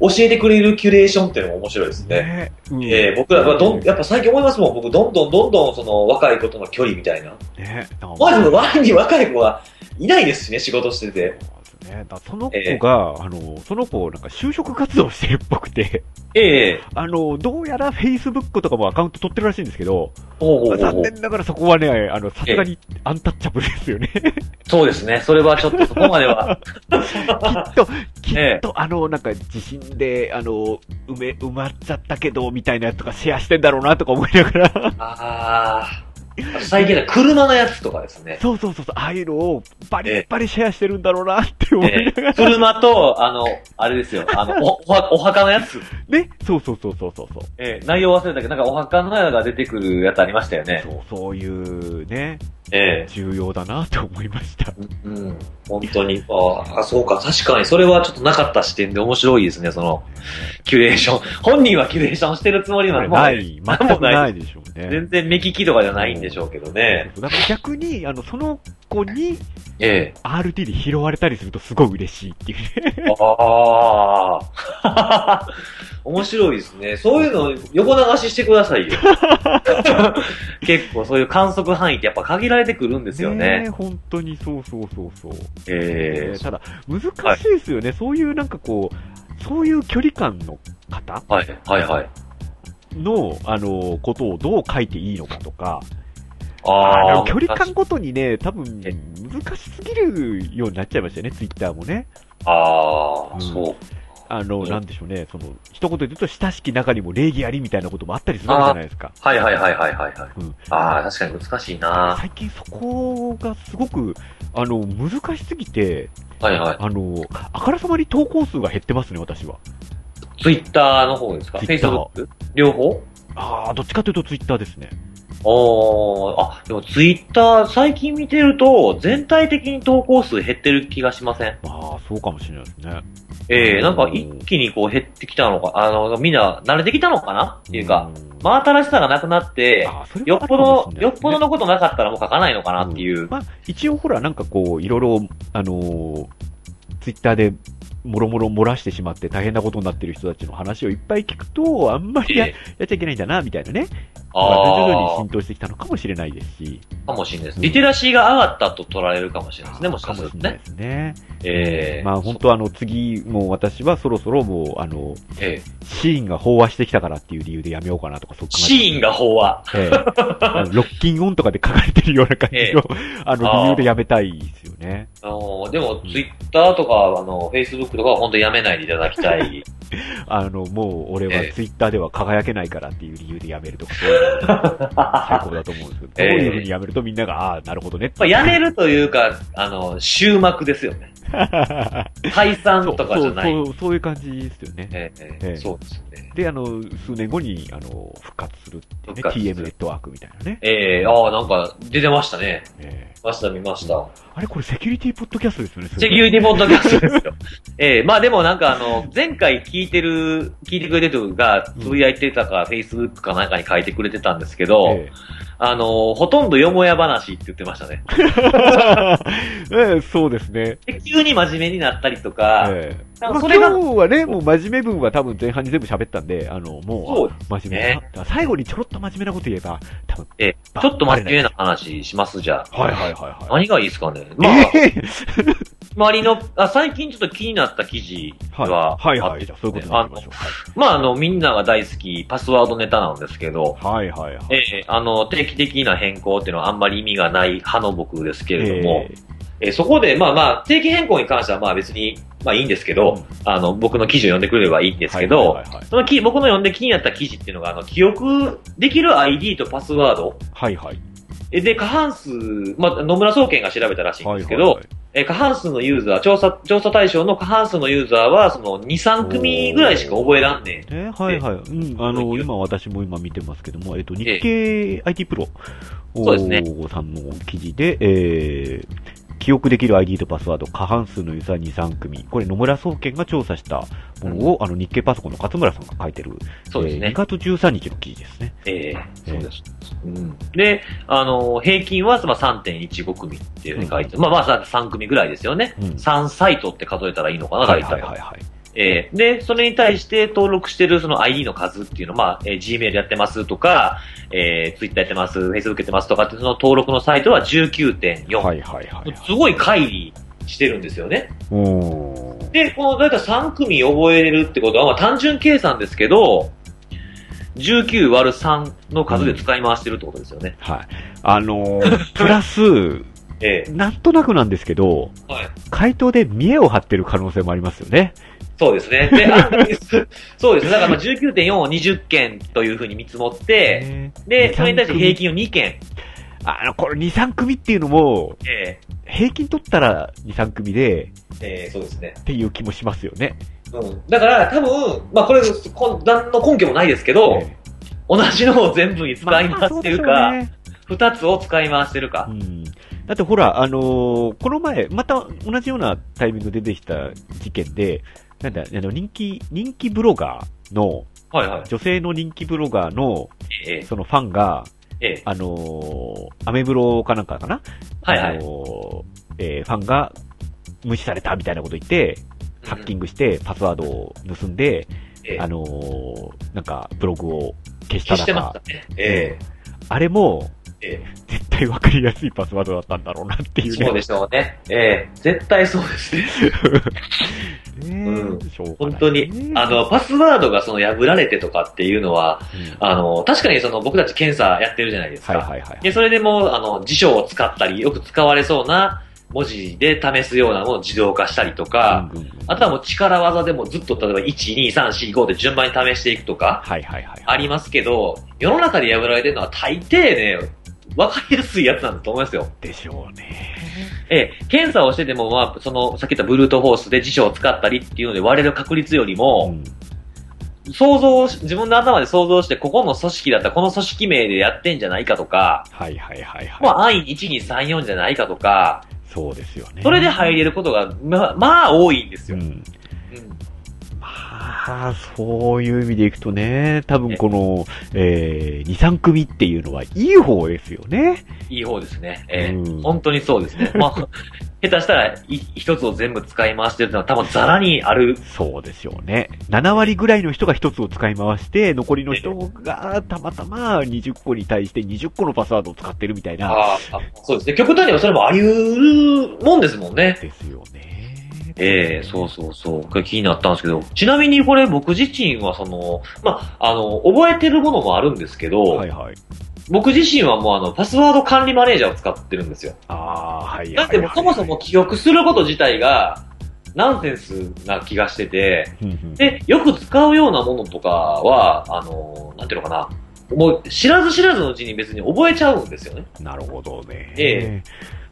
教えてくれるキュレーションっていうのも面白いですね。
ね。うん
ええ僕らはどん、やっぱ最近思いますもん。僕、どんどんどんどんその若い子との距離みたいな。
ね。なん
まあ
か
でも、周りに若い子はいないですしね、仕事してて。
そうね、だからその子が、あの、その子、なんか就職活動してるっぽくて、
ええ
あの、どうやら Facebook とかもアカウント取ってるらしいんですけど、
ほうほうほうほ
残
う
念ながらそこはね、あの、さすがにアンタッチャブルです
<laughs>
よね。
そうですね。それはちょっとそこま
<laughs>
では。
きっと、きっ
ええ
と、あの、なんか地震で、あの、埋め、埋まっちゃったけど、みたいなやつとかシェアしてんだろうなとか思いながら、
ああ。最近は車のやつとかですね。
そうそうそうそう、ああいうのをバリ
え
ッバリシェアしてるんだろうなって思いなが
え
ら、
え車と、あの、あれですよ。あの、お、おはお墓のやつ。
ね、そうそうそうそうそうそう。
ええ内容忘れたけど、なんかお墓のやつが出てくるやつありましたよね。
そう、そういうね、
ええ
重要だなと思いました。
うん、本当に。ああ、そうか、確かに。それはちょっとなかった視点で面白いですね、その、キュレーション。 <laughs> 本人はキュレーションしてるつもり
こ
な
れ
の
ない、全
もう
くないでしょうね。
全然目利きとかじゃないんでしょうけどね。
そうだから逆に、あの、その子に
え
RT で拾われたりするとすごい嬉しいっていうね。
え。ああ。 <laughs> 面白いですね。そういうの横流ししてくださ
<laughs>
いよ。結構そういう観測範囲ってやっぱ限られてくるんですよね。
え本当にそうそうそうそう。え
ええ
ーただ、難しいですよね、そういうなんかこう、そういう距離感の方
はい、はい、はい。
の、あの、ことをどう書いていいのかとか、あ
あ
の距離感ごとにね、多分、
え
難しすぎるようになっちゃいましたよね、ツイッターもね。
ああ、
うん
そう
あ
う
の、
ん
なんでしょうね、その、一言で言うと、親しき中にも礼儀ありみたいなこともあったりするわけじゃないですか。
はいはいはいはいはい。はい
うん
ああ、確かに難しいな。
最近そこがすごく、あの、難しすぎて、
はいは
あの、あからさまに投稿数が減ってますね、私は。
い。ツイッターの方ですかフェイスブ
Twitter
ック両方
ああ、どっちかというとツイッターですね。
おーあ、でもツイッター最近見てると全体的に投稿数減ってる気がしません。
ああ、そうかもしれないですね。
ええなんか一気にこう減ってきたのか、あの、みんな慣れてきたのかなっていうか、
ん、
真新しさがなくなって、
あーそれ
よ
は
っ
ある
ぽ
かもし
ど、
れないですね
よっぽどのことなかったらもう書かないのかなっていう。
んまあ、一応ほら、なんかこう、いろいろ、あのーツイッターで、もろもろ漏らしてしまって大変なことになってる人たちの話をいっぱい聞くと、あんまりや,、
ええ
やっちゃいけないんだな、みたいなね。まあ徐々に
あ
浸透してきたのかもしれないですし。
あ、かもしれないです。リテラシーが上がったと捉えるかもしれないですね、もし
か
かす
も
る
し
と
れない
ね。
ですね。
ええ
まあ本当あの、次、もう私はそろそろもう、あの、
ええ
シーンが飽和してきたからっていう理由でやめようかなとか、そう考えて
シーンが飽和。
ええ、あのロッキンオンとかで書かれてるような
<laughs>
感じの、あの、
あー
理由でやめたいですよね。
あのでも、ツイッターとか、あの、フェイスブックとかは本当にやめないでいただきた <laughs> い。
あの、もう俺
え
は
え
ツイッターでは輝けないからっていう理由でやめるとか、そういうのが最高だと思うんですけど、どう
<laughs> ええ
いうふうにやめるとみんなが、ああー、なるほどねって。
まあ、やめるというか、あの、終幕ですよね。解散
そう
<laughs> とかじゃない。
そうそう、そういう感じですよね。
ええ
ええ
そうですね。
で、あの、数年後に、あの、復活するっていうね、
復活する
TM ネットワークみたいなね。
ええああ、なんか、出てましたね。
ええ
見ました、見ました。
あれ、これセキュリティポッドキャストですよね。
セキュリティポッドキャストですよ。ええまあでもなんかあの、前回聞いてる、聞いてくれてる人が、つぶやいてたか、フェイスブックかなんかに書いてくれてたんですけど、
ええ
あの、ほとんどよもや話って言ってましたね。
ええ <laughs> そうですね。
で急に真面目になったりとか、
ええ
なん
ま
か
あ、
それが
今日はね、もう真面目分は多分前半に全部喋ったんで、あの、
そ
も
う
う、真面目な、最後にちょろっと真面目なこと言えば、多分。
ええ
ば
ちょっと真面目
バ
な話します、じゃあ。
レないはいはいはいはい。
何がいいですかねまあ、
ええ
周りの、あ、最近ちょっと気になった記事は、
はい
あ
は
っ
い。
て
じゃあ、そういうことになりましょう。
まあ、あの、みんなが大好きパスワードネタなんですけど、
はいはいはいは
え
い。
えあの、定期的な変更っていうのはあんまり意味がない派の僕ですけれども、
え
ええそこで、まあまあ、定期変更に関してはまあ別に、まあいいんですけど、
うん
あの、僕の記事を読んでくれればいいんですけど、
はいはいはい
その記僕の読んで気になった記事っていうのが、あの、記憶できる ID とパスワード、
はいはい。
えで、過半数、まあ、野村総研が調べたらしいんですけど、
はいはいはい
えー過半数のユーザー、調査、調査対象の過半数のユーザーは、その2、3組ぐらいしか覚えらんね
えはいはい。うん、あの、今私も今見てますけども、えっと、日経 IT プロ
そうですね
さんの記事で、えー、記憶できる ID とパスワード、過半数のユーザー2、3組。これ野村総研が調査したものを、あの、日経パソコンの勝村さんが書いてる、
ん。そうです
えー2
ね。
月13日の記事ですね。
ええ。
そうです
うん。で、あの、平均は、まあ、3.15組っていうふうに書いて、まあまあ3組ぐらいですよね。
うん。
3サイトって数えたらいいのかな、
は
大
い
体。
はいはいはい。
えーで、それに対して登録してるその ID の数っていうのは、まあ、えー Gmail やってますとか、えー Twitter やってます、Facebook やってますとかって、その登録のサイトは19.4。
はいはいはいはい。
すごい乖離してるんですよね。
うーん。
で、このだいたい3組覚えれるってことは、まあ単純計算ですけど、19割る3の数で使い回してるってことですよね。
はい。あのープラス、
ええ
なんとなくなんですけど、
はい
回答で見栄を張ってる可能性もありますよね。
そうですね。で、あ <laughs> そうですね。だからまあ19.4を20件というふうに見積もって、
ね
で、それに対して平均を2件。
あの、これ2、3組っていうのも、
ええ
平均取ったら2、3組で、
えー、そうですね。
っていう気もしますよね。
うん。だから、多分、まあ、これ、こん何の根拠もないですけど、
え
同じのを全部に
え
使い回してるか、
まあそうでしょうね
二、つを使い回してる
う
か。
ん。だってほら、あのーこの前、また同じようなタイミングで出てきた事件で、なんだ、あの、人気、人気ブロガーの、
はいはい。
女性の人気ブロガーの、
ええ
そのファンが、
ええ
あのーアメブロかなんかかな
はいは
あ
い。
のーえーファンが無視されたみたいなこと言って、ハッキングしてパスワードを盗んで、
ええ
あのーなんかブログを消した
消して
中
ましたね。え
あれも
ええ
絶対わかりやすいパスワードだったんだろうなってい
え
うね。
そうでしょうね。ええ絶対そうで
<laughs>
すね。
ねえ
う
しょうが
本
ない
当に。あの、パスワードがその破られてとかっていうのは、
うん
あの、確かにその僕たち検査やってるじゃないです
はい
か。
はいはい。
で、それでもう、あの、辞書を使ったり、よく使われそうな文字で試すようなものを自動化したりとか、
うんうんうん
あとはもう力技でもずっと例えば1、2、3、4、5で順番に試していくとか
はいはいはい。
ありますけど、世の中で破られてるのは大抵ね、わかりやすいやつなんだと思いますよ。
でしょうね。
ええ、検査をしてても、まあ、その、さっき言ったブルートフォースで辞書を使ったりっていうので割れる確率より
う
も、
ん
想像し、自分の頭で想像して、ここの組織だったらこの組織名でやってんじゃないかとか、
はいはいはいはい。
まあ、安易に1、2、3、4じゃないかとか、
そうですよね。
それで入れることが、まあ、まあ、多いんです
う
よ。
ん
うん
まあ、そういう意味でいくとね、多分この、えー、2、3組っていうのはいい方ですよね。
いい方ですね。ええ
うん
本当にそうですね。まあ、 <laughs> 下手したらい一つを全部使い回してるのは多分ザラにある。
そうですよね。7割ぐらいの人が1つを使い回して、残りの人がたまたま20個に対して20個のパスワードを使ってるみたいな。
ああ、そうですね。極端にはそれもあり得るもんですもんね。
ですよね。
ええそうそうそう。これ気になったんですけど、ちなみにこれ僕自身はその、まあ、あの、覚えてるものもあるんですけど、
はいはい。
僕自身はもうあの、パスワード管理マネージャーを使ってるんですよ。
ああ、はいはい。
だってもうそもそも、記憶すること自体が、ナンセンスな気がしてて、
うんうん
で、よく使うようなものとかは、あのーなんていうのかな。もう、知らず知らずのうちに別に覚えちゃうんですよね。
なるほどね。
え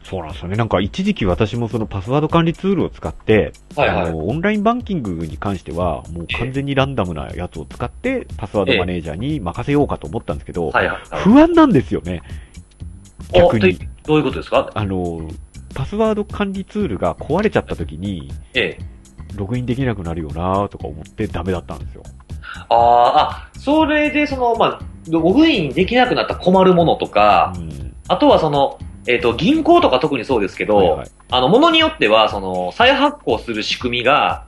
そうなんですよね。なんか一時期私もそのパスワード管理ツールを使って、
はい
あ
はい。
のオンラインバンキングに関しては、もう完全にランダムなやつを使って、パスワードマネージャーに任せようかと思ったんですけど、
はいはい。
不安なんですよね。逆
おとい
に、
どういうことですか
あの、パスワード管理ツールが壊れちゃった時に、
ええ。
ログインできなくなるよなとか思ってダメだったんですよ。
ああ、あ、それで、その、まあ、ログインできなくなった困るものとか、
うん
あとはその、えっ、と、銀行とか特にそうですけど、
はいはい
あの、ものによっては、その、再発行する仕組みが、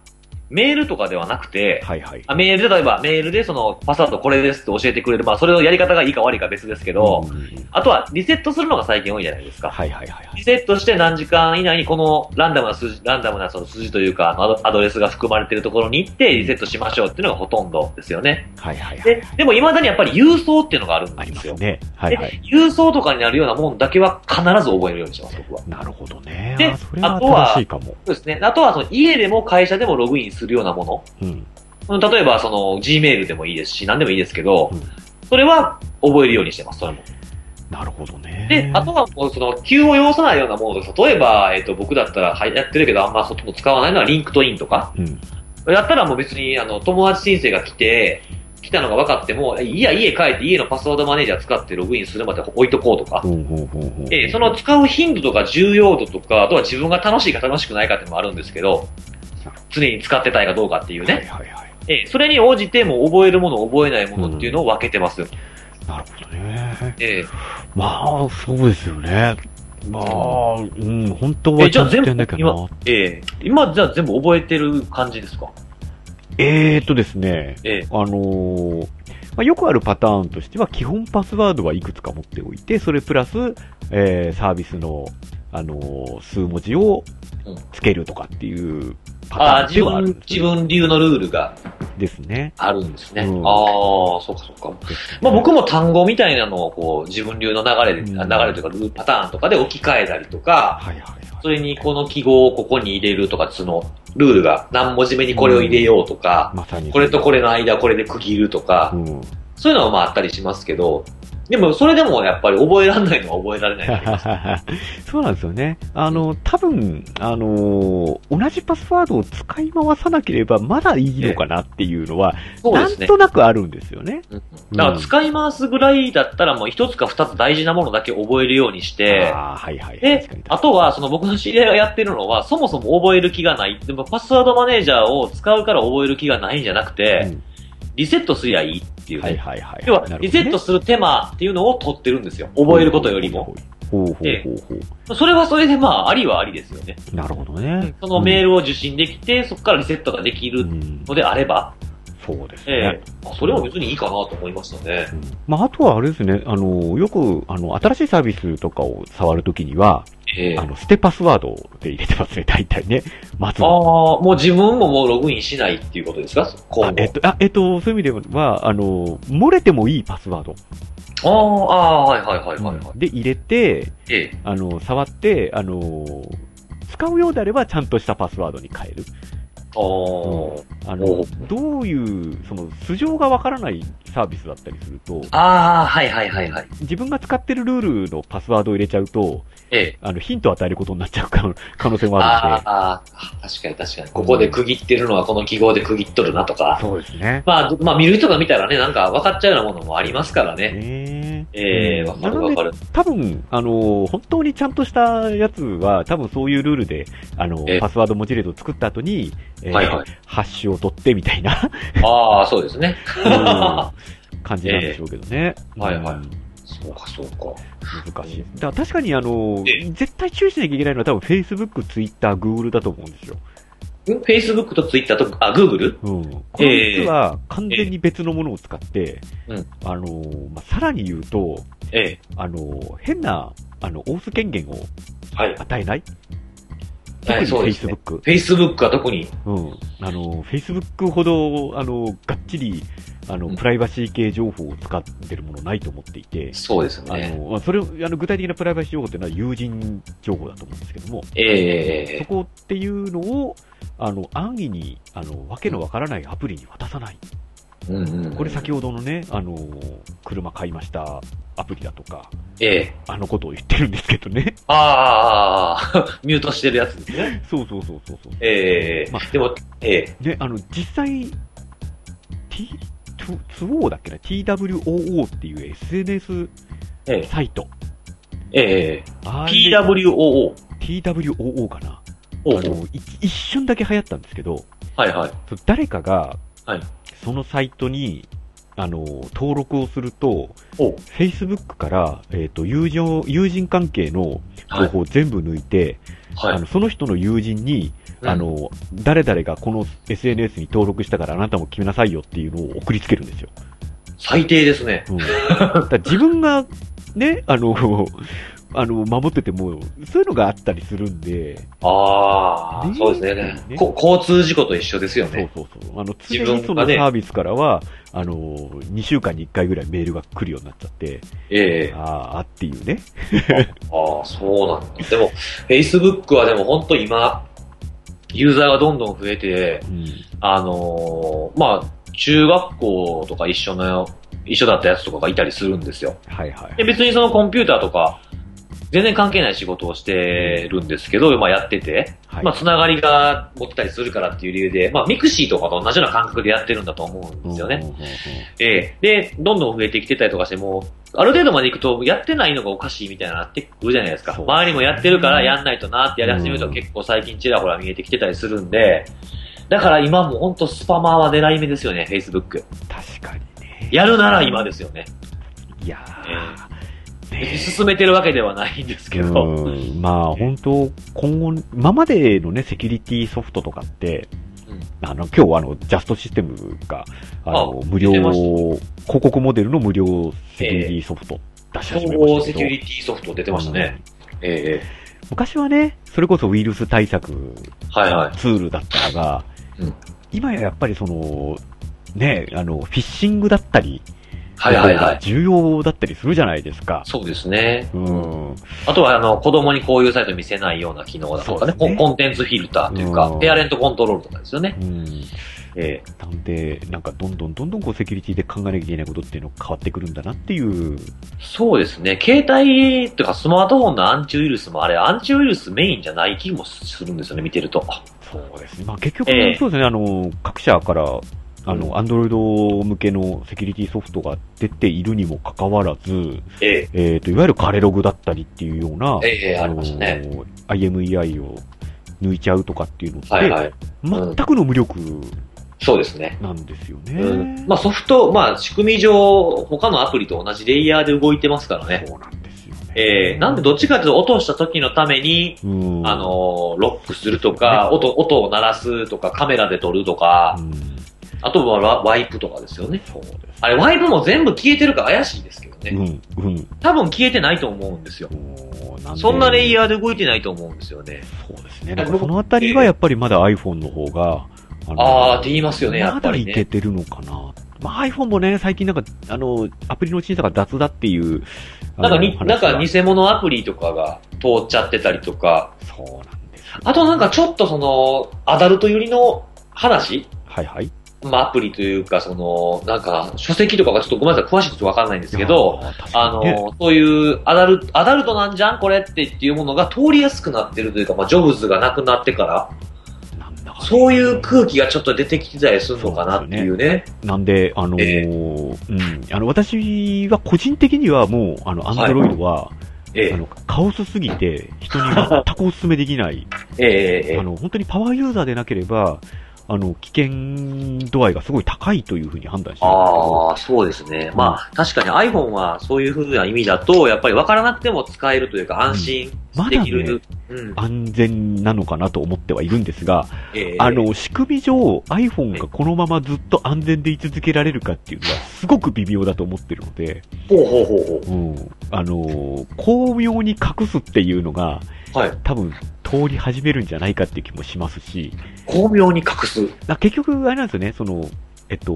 メールとかではなくて、
はいはい。
あメールで、例えばメールでその、パスワードこれですって教えてくれる、まあ、それのやり方がいいか悪いか別ですけど、
うんうん
あとはリセットするのが最近多いじゃないですか。
はいはいはいはい。
リセットして何時間以内にこのランダムな数字、ランダムなその数字というか、あのアドアドレスが含まれているところに行ってリセットしましょうっていうのがほとんどですよね。
はいはいはい
で、でも未だにやっぱり郵送っていうのがあるん
あり
で
ますす
よ。
ね。はいはい。
で郵送とかになるようなもんだけは必ず覚えるようにしてます、僕は。
なるほどね。
で
あそれは
あとは
正しいかも。
そうですね。あとはその家でも会社でもログインするようなもの。
うん。
うん例えばその Gmail でもいいですし、何でもいいですけど
うん、
それは覚えるようにしてます、それも。
なるほどね。
で、あとはもうその、急を要さないようなものと、例えば、えっ、と、僕だったら、はい、やってるけど、あんまほとんど使わないのは、リンクトインとか。
うん。
やったらもう別に、あの、友達申請が来て、来たのが分かっても、いや、家帰って家のパスワードマネージャー使ってログインするまで置いとこうとか。
ほうほうほうほう。
えーその使う頻度とか重要度とか、あとは自分が楽しいか楽しくないかってのもあるんですけど、常に使ってたいかどうかっていう
はい
ね。
はいはい。
えーそれに応じても覚えるもの、覚えないものっていうのを分けてます。
なるほどね。
えー
まあ、そうですよね。まあ、うん、本当は
えじゃあ
やってんだけどな。
えー今じゃあ全部覚えてる感じですか
えーっとですね、
ええ
あのーまあ、よくあるパターンとしては、基本パスワードはいくつか持っておいて、それプラス、えーサービスの、あのー数文字を
うん
つけるとかっていう
あ
パター
あ、
ンで
自
はあるん
分
で、す
自分流のルールが
ですね。
あるんですね。
うん
ああ、そうかそうか。まあ僕も単語みたいなのをこう自分流の流れで、
うん
あ流れというかルールパターンとかで置き換えたりとか、
はいはいはい。
それにこの記号をここに入れるとか、そのルールが何文字目にこれを入れようとか、
まさに。
これとこれの間これで区切るとか
う、ん。
そういうのはまああったりしますけど、でもそれでもやっぱり覚えられないのは覚えられ
<laughs>
ないっていうか
そうなんですよね。あの、多分、あのー同じパスワードを使い回さなければまだいいのかなっていうのは、
そう
な
で
ん
すね。
となくあるんですよね。
うんだから使い回すぐらいだったらもう一つか二つ大事なものだけ覚えるようにして、
ああ、はいはい。
で
確かに、
あとは、その僕の知り合いがやってるのは、そもそも覚える気がない。でもパスワードマネージャーを使うから覚える気がないんじゃなくて、
うん
リセットすりゃいいっていう
は
ね。
いはいはい。
<laughs> 要は、
なるほどね
リセットする手間っていうのを取ってるんですよ。覚えることよりも。。
ほうほうほ
え
うほ
それはそれでまあ、ありはありですよね。
う。なるほどね。
そのメー
ル
ルを受信できて、そこからリセットができるのであれば、
そうです
え
ね
え。あそれは別にいいかなと思いましたね。
うんまあ、あとはあれですね、あの、よく、あの、新しいサービスとかを触るときには、
ええ
あの、捨てパスワードで入れてますね、大体ね。まず
あ
は。
あ、もう自分ももうログインしないっていうことですか今
あえっ
後。
と、あ、えっと、そういう意味では、あの、漏れてもいいパスワード。
ああ、ああ、はいはいはいはいはい。
で、入れて、
ええ
あの、触って、あの、使うようであれば、ちゃんとしたパスワードに変える。
あ
あ
あ。お
の
う、
どういう、その、素性がわからないサービスだったりすると、
ああ、はいはいはいはい。
自分が使ってるルールのパスワードを入れちゃうと、
ええ。
あの、ヒントを与えることになっちゃう可可能性もあ
あ
るので。
あ、確かに確かに。ここで区切ってるのはこの記号で区切っとるなとか。
そうですね。
まあ、どまあ見る人が見たらね、なんか分かっちゃうようなものもありますからね。
ね
ええ
うん
分かる
なので
分かる。
多分、あの、本当にちゃんとしたやつは、多分そういうルールで、あの
ええ、
パスワード文字列を作った後に、えー
はいはい。
ハッシュを取ってみたいな、
ああ、そうですね。
うん <laughs> 感じなんでしょうけどね。
えはいはい
うん
そうかそうか。
難しい。だから確かに、あの、
え
絶対注意しなきゃいけないのは多分 Facebook、Twitter、Google だと思うんですよ。
ん Facebook と Twitter と、あ、Google?
うん、この3つは完全に別のものを使って、
えうん
あのーまあ、さらに言うと、
ええ。
あのー変なあのオース権限を
はい。
与えない、
は
特
い、
に
そうですね。
Facebook、
Facebook は特に。
うんあのー、Facebook ほど、あのーがっちりあの
うん
プライバシー系情報を使ってるものないと思っていて、
そうです
あの
ね。
ーまあ、それをあの具体的なプライバシー情報というのは友人情報だと思うんですけども、
ええ
そこっていうのをあの安易にあのわけのわからないアプリに渡さない。
うんうん。
これ先ほどのね、あのー車買いましたアプリだとか、
ええ。
あのことを言ってるんですけどね。 <laughs>
ああああ、ああミュー <laughs> トしてるやつですね。
そうそうそうそうそう。
ええ
まあ
でも、ええ
ね、あの、実際、T、2O だっけな ?TWOO っていう SNS
ええ
サイト。
ええ
あれ
PWOO。
TWOO かなあ
お
の
う
い一瞬だけ流行ったんですけど、
はいはい。
そう誰かが
はい、
そのサイトに、あのー、登録をすると、
おう
Facebook から、えっ、と、友人、友人関係の
は
情
い。
報を全部抜いて、
は
あ
い
の。その人の友人に、
うん
あの誰々がこの SNS に登録したからあなたも決めなさいよっていうのを送りつけるんですよ。
最低ですね。 <laughs>
うん、だから自分がね、あの、あの、守ってても、そういうのがあったりするんで、
ああ、
ね
そうですね
ね
こ交通事故と一緒ですよ
そう
ね。
そうそう。あの、
自
常
分が
に
ね
そのサービスからは、あの、2週間に1回ぐらいメールが来るようになっちゃって、
ええ
ああ、っていうね。
ああ、そうなんだ。でも、Facebook はでも本当今、ユーザーがどんどん増えて、
うん。
あのーまあ、中学校とか一緒の、一緒だったやつとかがいたりするんですよ。
はいは
で、
い。
別にそのコンピューターとか、全然関係ない仕事をしてるんですけど、まあやってて、
はい
まあつながりが持ってたりするからっていう理由で、まあミクシーとかと同じような感覚でやってるんだと思うんですよね。
うんうんうんうん。
ええで、どんどん増えてきてたりとかして、もう、ある程度まで行くと、やってないのがおかしいみたいなのなってくるじゃないですか。
そう
周りもやってるからやんないとなってやり始める
う
と
ん
結構最近ちらほら見えてきてたりするんで、だから今もうほんとスパマーは狙い目ですよね、Facebook。
確かにね。
やるなら今ですよね。
いやー。
別
ね
に進めてるわけではないんですけど。
うん、まあ本当、今後、今までのね、セキュリティソフトとかって、
うん
あの、今日はあの、ジャストシステムが、あの、無料、
出てまし
広告モデルの無料セキュリティソフト出し
総
始めまし
合
たけ
セ
ど。
キュリティソフト出てましたね。
う
ええ
ん昔はね、それこそウイルス対策
はいはい。
ツールだったのが、
うん
今ややっぱりその、ね、あの、フィッシングだったり、
はいはいはい。
重要だったりするじゃないですか。
そうですね。
うん。
あとは、あの、子供にこういうサイト見せないような機能だとかね、
そうですね
ココンテンツフィルターというか
うん、
ペアレントコントロールとかですよね。
うん。
ええ
なんで、なんかどんどんどんどんこうセキュリティで考えなきゃいけないことっていうのが変わってくるんだなっていう。
そうですね。携帯とかスマートフォンのアンチウイルスもあれ、アンチウイルスメインじゃない気もするんですよね、見てると。
そうですね。まあ結局、
ええ
そうですね、あの、各社から、あ
うん
の、アンドロイド向けのセキュリティソフトが出ているにもかかわらず、
え
えっ、と、いわゆるカレログだったりっていうような、
えええありましたね
の IMEI を抜いちゃうとかっていうのって、
はいはい。
全くの無力
そうですね。
なんですよね。
うん、まあソフト、まあ仕組み上、他のアプリと同じレイヤーで動いてますからね。
そうなんですよね。
ええなんでどっちかというと落とした時のために、
うん、
あのー、ロックするとか、音、音を鳴らすとか、カメラで撮るとか
う、ん、
あとはワワイプとかですよね。
そうです。
あれ、ワイプも全部消えてるか怪しいですけどね。
うん、うん。
多分消えてないと思うんですよ。
もうで
そんなレイヤーで動いてないと思うんですよね。
そうですね。だからそのあたりはやっぱりまだ iPhone の方が、あ
あーって言いますよねやっぱりね
まだいけてるのかな。まあ iPhone もね、最近なんか、あの、アプリの審査が雑だっていう、あ
な
の
んかに、
話
なん
が
か偽物アプリとかが通っちゃってたりとか、
そうなんですよ。
あとなんかちょっとその、アダルト寄りの話
はいはい。
まあアプリというか、その、なんか書籍とかがちょっとごめんなさい、詳しいとわかんないんですけど、
あー、確
あ
か
の、
にね
そういうアダル、アダルトなんじゃんこれってっていうものが通りやすくなってるというか、まあ、ジョブズがなくなってから、
なんだかね
そういう空気がちょっと出てきてたりするのかなっていうね。
なんで、あのー
え
うん、あの、私は個人的にはもう、あの、アンドロイドは、
え
あ
え
の、カオスすぎて、人に
<laughs>
全くお勧めできない、
えええ
あの、本当にパワーユーザーでなければ、あの、危険度合いがすごい高いというふうに判断してるんですけど、
ああ、そうですね。まあ、確かに iPhone はそういうふうな意味だと、やっぱり分からなくても使えるというか、安心
ま
で
だ
き
ね
る。、うん。
安全なのかなと思ってはいるんですが、
ええ
あ、の、仕組み上、iPhone がこのままずっと安全で居続けられるかっていうのは、すごく微妙だと思ってるので、
ほうほうほうほ
うん、あのー、巧妙に隠すっていうのが、
う。はい。
多分通り始めるんじゃないかっていう気もしますし、
巧妙に隠す。
だ結局、あれなんですよね、その、えっと、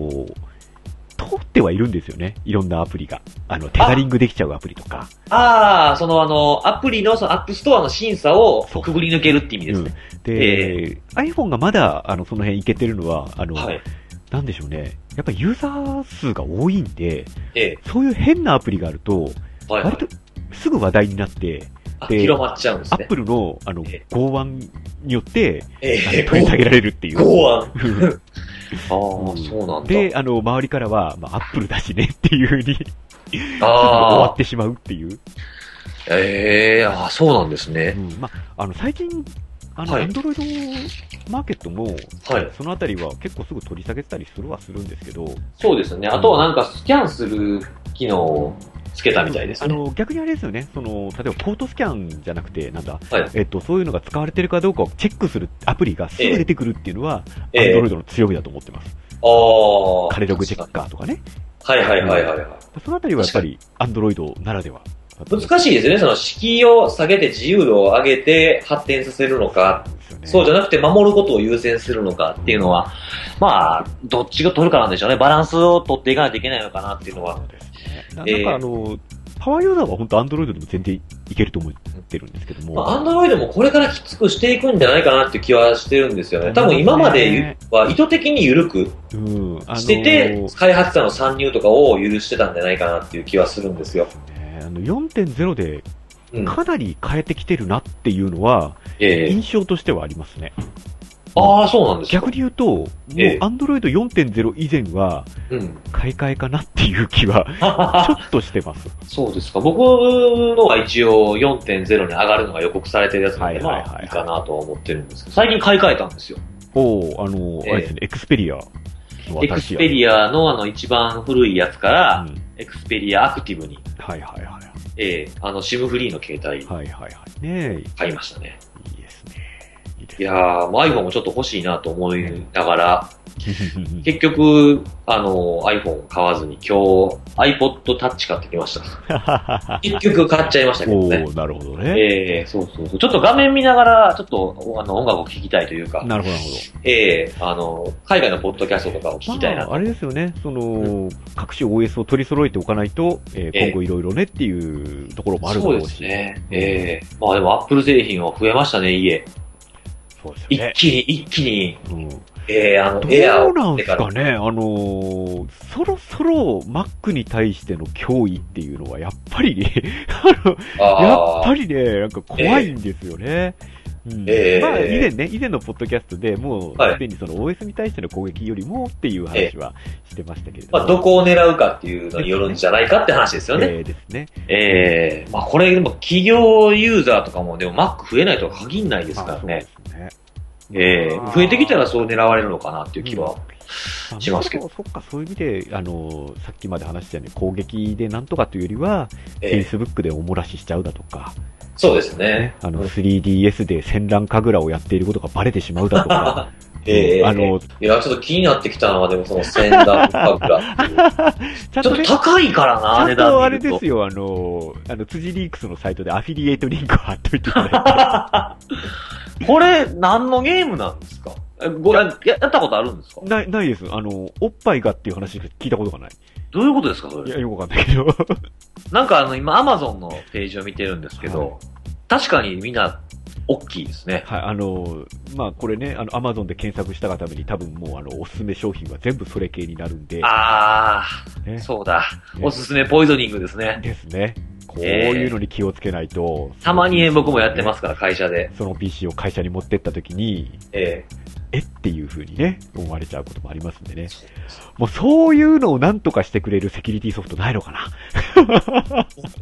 通ってはいるんですよね、いろんなアプリが。あの、テザリングできちゃうアプリとか。
ああ、そのあの、アプリの、そのアップストアの審査を
そう
くぐり抜けるって意味ですね。
うん、で、iPhone がまだ、あの、その辺いけてるのは、あの、
はい。
なんでしょうね、やっぱりユーザー数が多いんで、
ええ
そういう変なアプリがあると、
はい、はい
割とすぐ話題になって、
あ。
で
広まっちゃうんです
ア
ね
ッ。プルの、あの
え、
剛腕によって、
え
あの取り下げられるってい
え
う。
<laughs> ご案。あ
<laughs> うん
あ、そうなんだ。
で、あの、周りからは、まあ、アップルだしねっていうふうに、終わ
あ
ってしまうっていう。
あ、ええああ、そうなんですね。
うんまあ、あの最近、あの
はい
アンドロイドマーケットも、
はい
そのあたりは結構すぐ取り下げてたりするはするんですけど、
そうですね。あとはなんか、スキャンする機能をつけたみたいです
あ
ね。
の逆にあれですよねその、例えばコートスキャンじゃなくて、なんだ、
はい
えっと、そういうのが使われてるかどうかをチェックするアプリがすぐ出てくるっていうのは、ア
ええ
ンドロイドの強みだと思ってます、
ああ。
カレログチェッカーとかね、
はいはいはいはいはい。
そのあたりはやっぱりアンドロイドならでは。
難しいですよね。その敷居を下げて自由度を上げて発展させるのか、
ですよね
そうじゃなくて守ることを優先するのかっていうのは、まあ、どっちが取るかなんでしょうね。バランスを取っていかないといけないのかなっていうのは
そ。うですねな
ええ
なんかあの、パワーユーザーは本当、アンドロイドでも全然いけると思ってるんですけども。
アンドロイドもこれからきつくしていくんじゃないかなっていう気はしてるんですよね。多分今までは意図的に緩く
うん。あの
してて、開発者の参入とかを許してたんじゃないかなっていう気はするんですよ。
ねあの4.0で
うん。
かなり変えてきてるなっていうのは、
ええ
印象としてはありますね。
ああ、そうなんですか。
逆に言うと、もう
ええ、
アンドロイド4.0以前は、
うん。
買い替えかなっていう気は、
<laughs>
ちょっとしてます。
そうですか。僕のは一応4.0に上がるのが予告されてるやつなんで、
はいはいはい
ま
はい
あいいかなとは思ってるんですけど、最近買い替えたんですよ。
おおあの、
ええ
あれですね、エクスペリアの
エクスペ
ア。
リアのあの一番古いやつか
う
ら、
ん
エクスペリアアクティブに、
はいはいはい。
ええあの、シムフリーの携帯
はいはいはい。ね
買いましたね。
え、いいですね。いい
い
で <laughs>
やー、もう iPhone もちょっと欲しいなと思いながら、
すね。
結局、あの、iPhone 買わずに今日 iPod Touch 買ってきまし
<laughs>
た。結局買っちゃいましたけ
お
ど
お
ね。
ーなるほどね。
ええそうそうそう。ちょっと画面見ながら、ちょっとあの音楽を聴きたいというか、
なるほど、なるほ
ええあの、海外のポッドキャストとかを聞きた
ど。
いなと。
あ、あれですよね、その、各種 OS を取り揃えておかないと、えー
ええ
今後いろいろねっていうところもあるだ
そ
ろ
う
う
で
し。
すね。ええまあでも Apple 製品は増えましたね、家。
そうですよ
一
ね。
気に、一気に、
うん
ええあの、エア
ど
を
うな
買
ん
っ
で
て
す
から
か。ね、あのーそろそろ Mac に対しての脅威っていうのは、やっぱり、 <laughs> あの、やっ
あ
ぱ
あ、
りね、なんか怖いんですよね。うん
ええ
まあ、以前ね、以前のポッドキャストでもう、
はい
すでにその OS に対しての攻撃よりもっていう話はしてましたけれども。
まあどこを狙うかっていうのによるんじゃないかって話ですよね。
ええですね。
ええまあこれでも企業ユーザーとかも、でも Mac 増えないとは限んないですか
まあ
ら
そう
ね
で。すね。
ええ
まあ
増えてきたらそう狙われるのかなっていう気
あ
は。しますけど
そっか、そういう意味で、あの、さっきまで話したように攻撃でなんとかというよりは、
ええ
Facebook でお漏らししちゃうだとか、
そうですね。
あの、3DS で戦乱神楽をやっていることがバレてしまうだとか、
<laughs> ええ
あの、
いや、ちょっと気になってきたのは、でもその千段パグラってい
<laughs>
う。ち
ちゃんと
ょっと
ね、
高いからな、
ちゃ
値
んとあれ
段見
で
ると
す。よ、あの、あの、辻リークスのサイトでアフィリエイトリンクを貼っといてい
<laughs>
ただいて。
これ、何のゲームなんですかえごややったことあるんですか
ない、ないです。あの、おっぱいがっていう話しか聞いたことがない。
どういうことですかそ
い
れ
や、。よくわかんないけど。
なんかあの、今、アマゾンのページを見てるんですけ
はい
ど、確かにみんな、大きいですね。
はい、あの、まあ、これね、あの、アマゾンで検索したがために多分もう、あの、おすすめ商品は全部それ系になるんで、
あー、
ね
そうだ。
ね
おすすめポイズニングですね。
ですね。こういうのに気をつけないと。。
たまに僕もやってますすから、会社で。
その PC を会社に持ってった時に、
え
えっていう風にね、思われちゃうこともありますんでね
え。
もうそういうのをなんとかしてくれるセキュリティソフトないのかな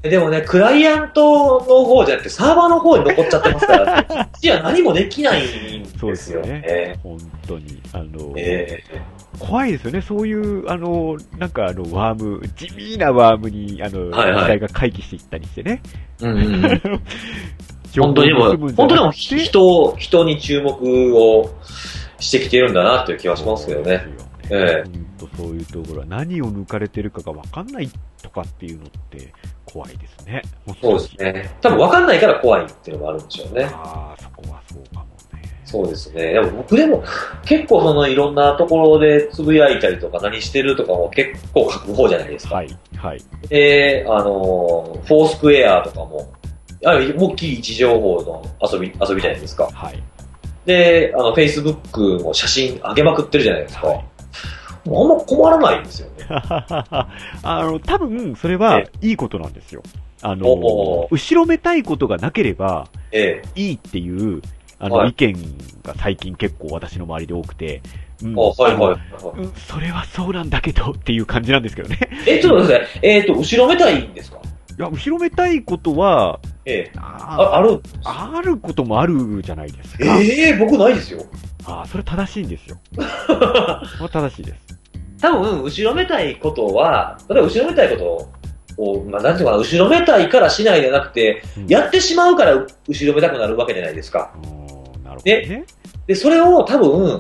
でもね、クライアントの方じゃなくて、サーバーの方に残っちゃってます <laughs> から、こっちは何もできないん
そう
で
です
す
よ
よ
ね
ね。
本当に。あの、
ええ
怖いですよね。そういう、あの、なんかあの、ワーム、地味なワームに、あの、
はいはい
時代が回帰していったりしてね。
うん <laughs> うんうん本当にも、本当でも人を、人に注目をしてきてるんだなっていう気はしますけどね。。ええ
本当そういうところは何を抜かれてるかがわかんないとかっていうのって怖いですね。
そうです。ね。多分分かんないから怖いっていうのがあるんでしょうね。
ああ、そこはそうかもね。
そうですね。でも僕でも結構そのいろんなところでつぶやいたりとか何してるとかも結構書く方じゃないですか。
はい、はい。
で、あのーフォースクエアとかも、あれ、もう非位置情報の遊び、遊びじゃないですか。
はい。 <laughs>
で、あの、Facebook も写真上げまくってるじゃないですか。
はい
もうあんま困らないんですよね。
あの、多分、それは
え、
いいことなんですよ。あの
おー、
後ろめたいことがなければ、
ええ。
いいっていう、あの、
はい
意見が最近結構私の周りで多くて、うん
あ、はいはい
あ
はいはい。
のうんそれはそうなんだけどっていう感じなんですけどね。
え、ちょっと待ってください。えっ、と、後ろめたいんですか
いや、後ろめたいことは、
ええ。あ、
あ
ある
あることもあるじゃないですか。
ええ僕ないですよ。
あそれ正しいんです
<laughs>
よ。それは正しいです。
多分、後ろめたいことは、例えば後ろめたいことを、まあ、なんていうのかな、後ろめたいからしないじゃなくて、
うん
やってしまうから後ろめたくなるわけじゃないですか。
うーんなるほど
で
ね。
で、それを多分、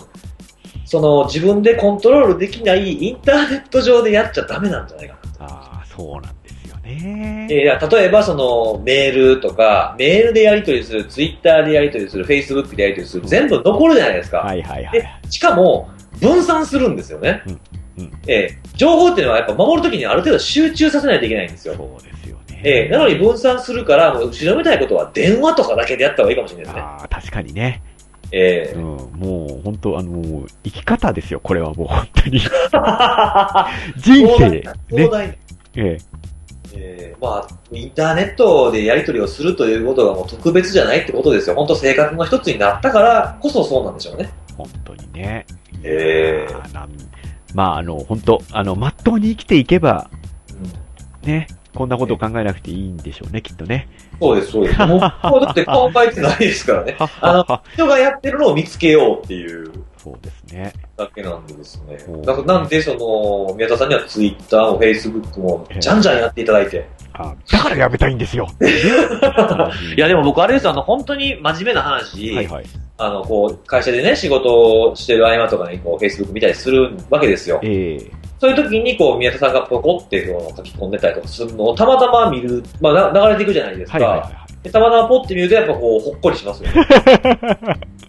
その自分でコントロールできないインターネット上でやっちゃダメなんじゃないかな。
ああ、そうなんですよね。
えー例えばそのメールとか、メールでやり取りする、ツイッターでやり取りする、フェイスブックでやり取りする、全部残るじゃないですか。
はいはいは
で
い。、
しかも、分散するんですよね。
うんうん
ええ情報っていうのはやっぱ守るときにある程度集中させないといけないんですよ。
そうですよね。
ええなのに分散するから、もう後ろめたいことは電話とかだけでやった方がいいかもしれないですね。
ああ、確かにね。
え
うん、もう本当、あの、生き方ですよ、これはもう本当
<laughs>
に。
え
<laughs> 人生、
<laughs> 壮
ね。
大な
え
えーまあ、インターネットでやり取りをするということがもう特別じゃないってことですよ。本当生活の一つになったからこそそうなんでしょうね。
え、本当にね。
ええ
いやーなんまあ、あの、本当、あの、まっとうに生きていけば、ね、こんなことを考えなくていいんでしょうね、きっとね。
そうです、そう <laughs> です。もうもうだって顔変えてないですからね。あの、人がやってるのを見つけようっていう
そうですね。
だけなんですね
うん。
だからなんで、その、宮田さんにはツイッターもフェイスブックもじゃんじゃんやっていただいて。
あだからやめたいんですよ。
<laughs> いや、でも僕あれですよ、あの、本当に真面目な話、
はいはい。
あの、こう、会社でね、仕事をしてる合間とかに、こう、Facebook 見たりするわけですよ。
ええ
そういう時に、こう、宮田さんがポコっていうのを書き込んでたりとかするのを、たまたま見る、まあ、な流れていくじゃないです
は
か。
いはいはいはい。
でたまたまポって見ると、やっぱこう、ほっこりしま
<laughs>
すよね。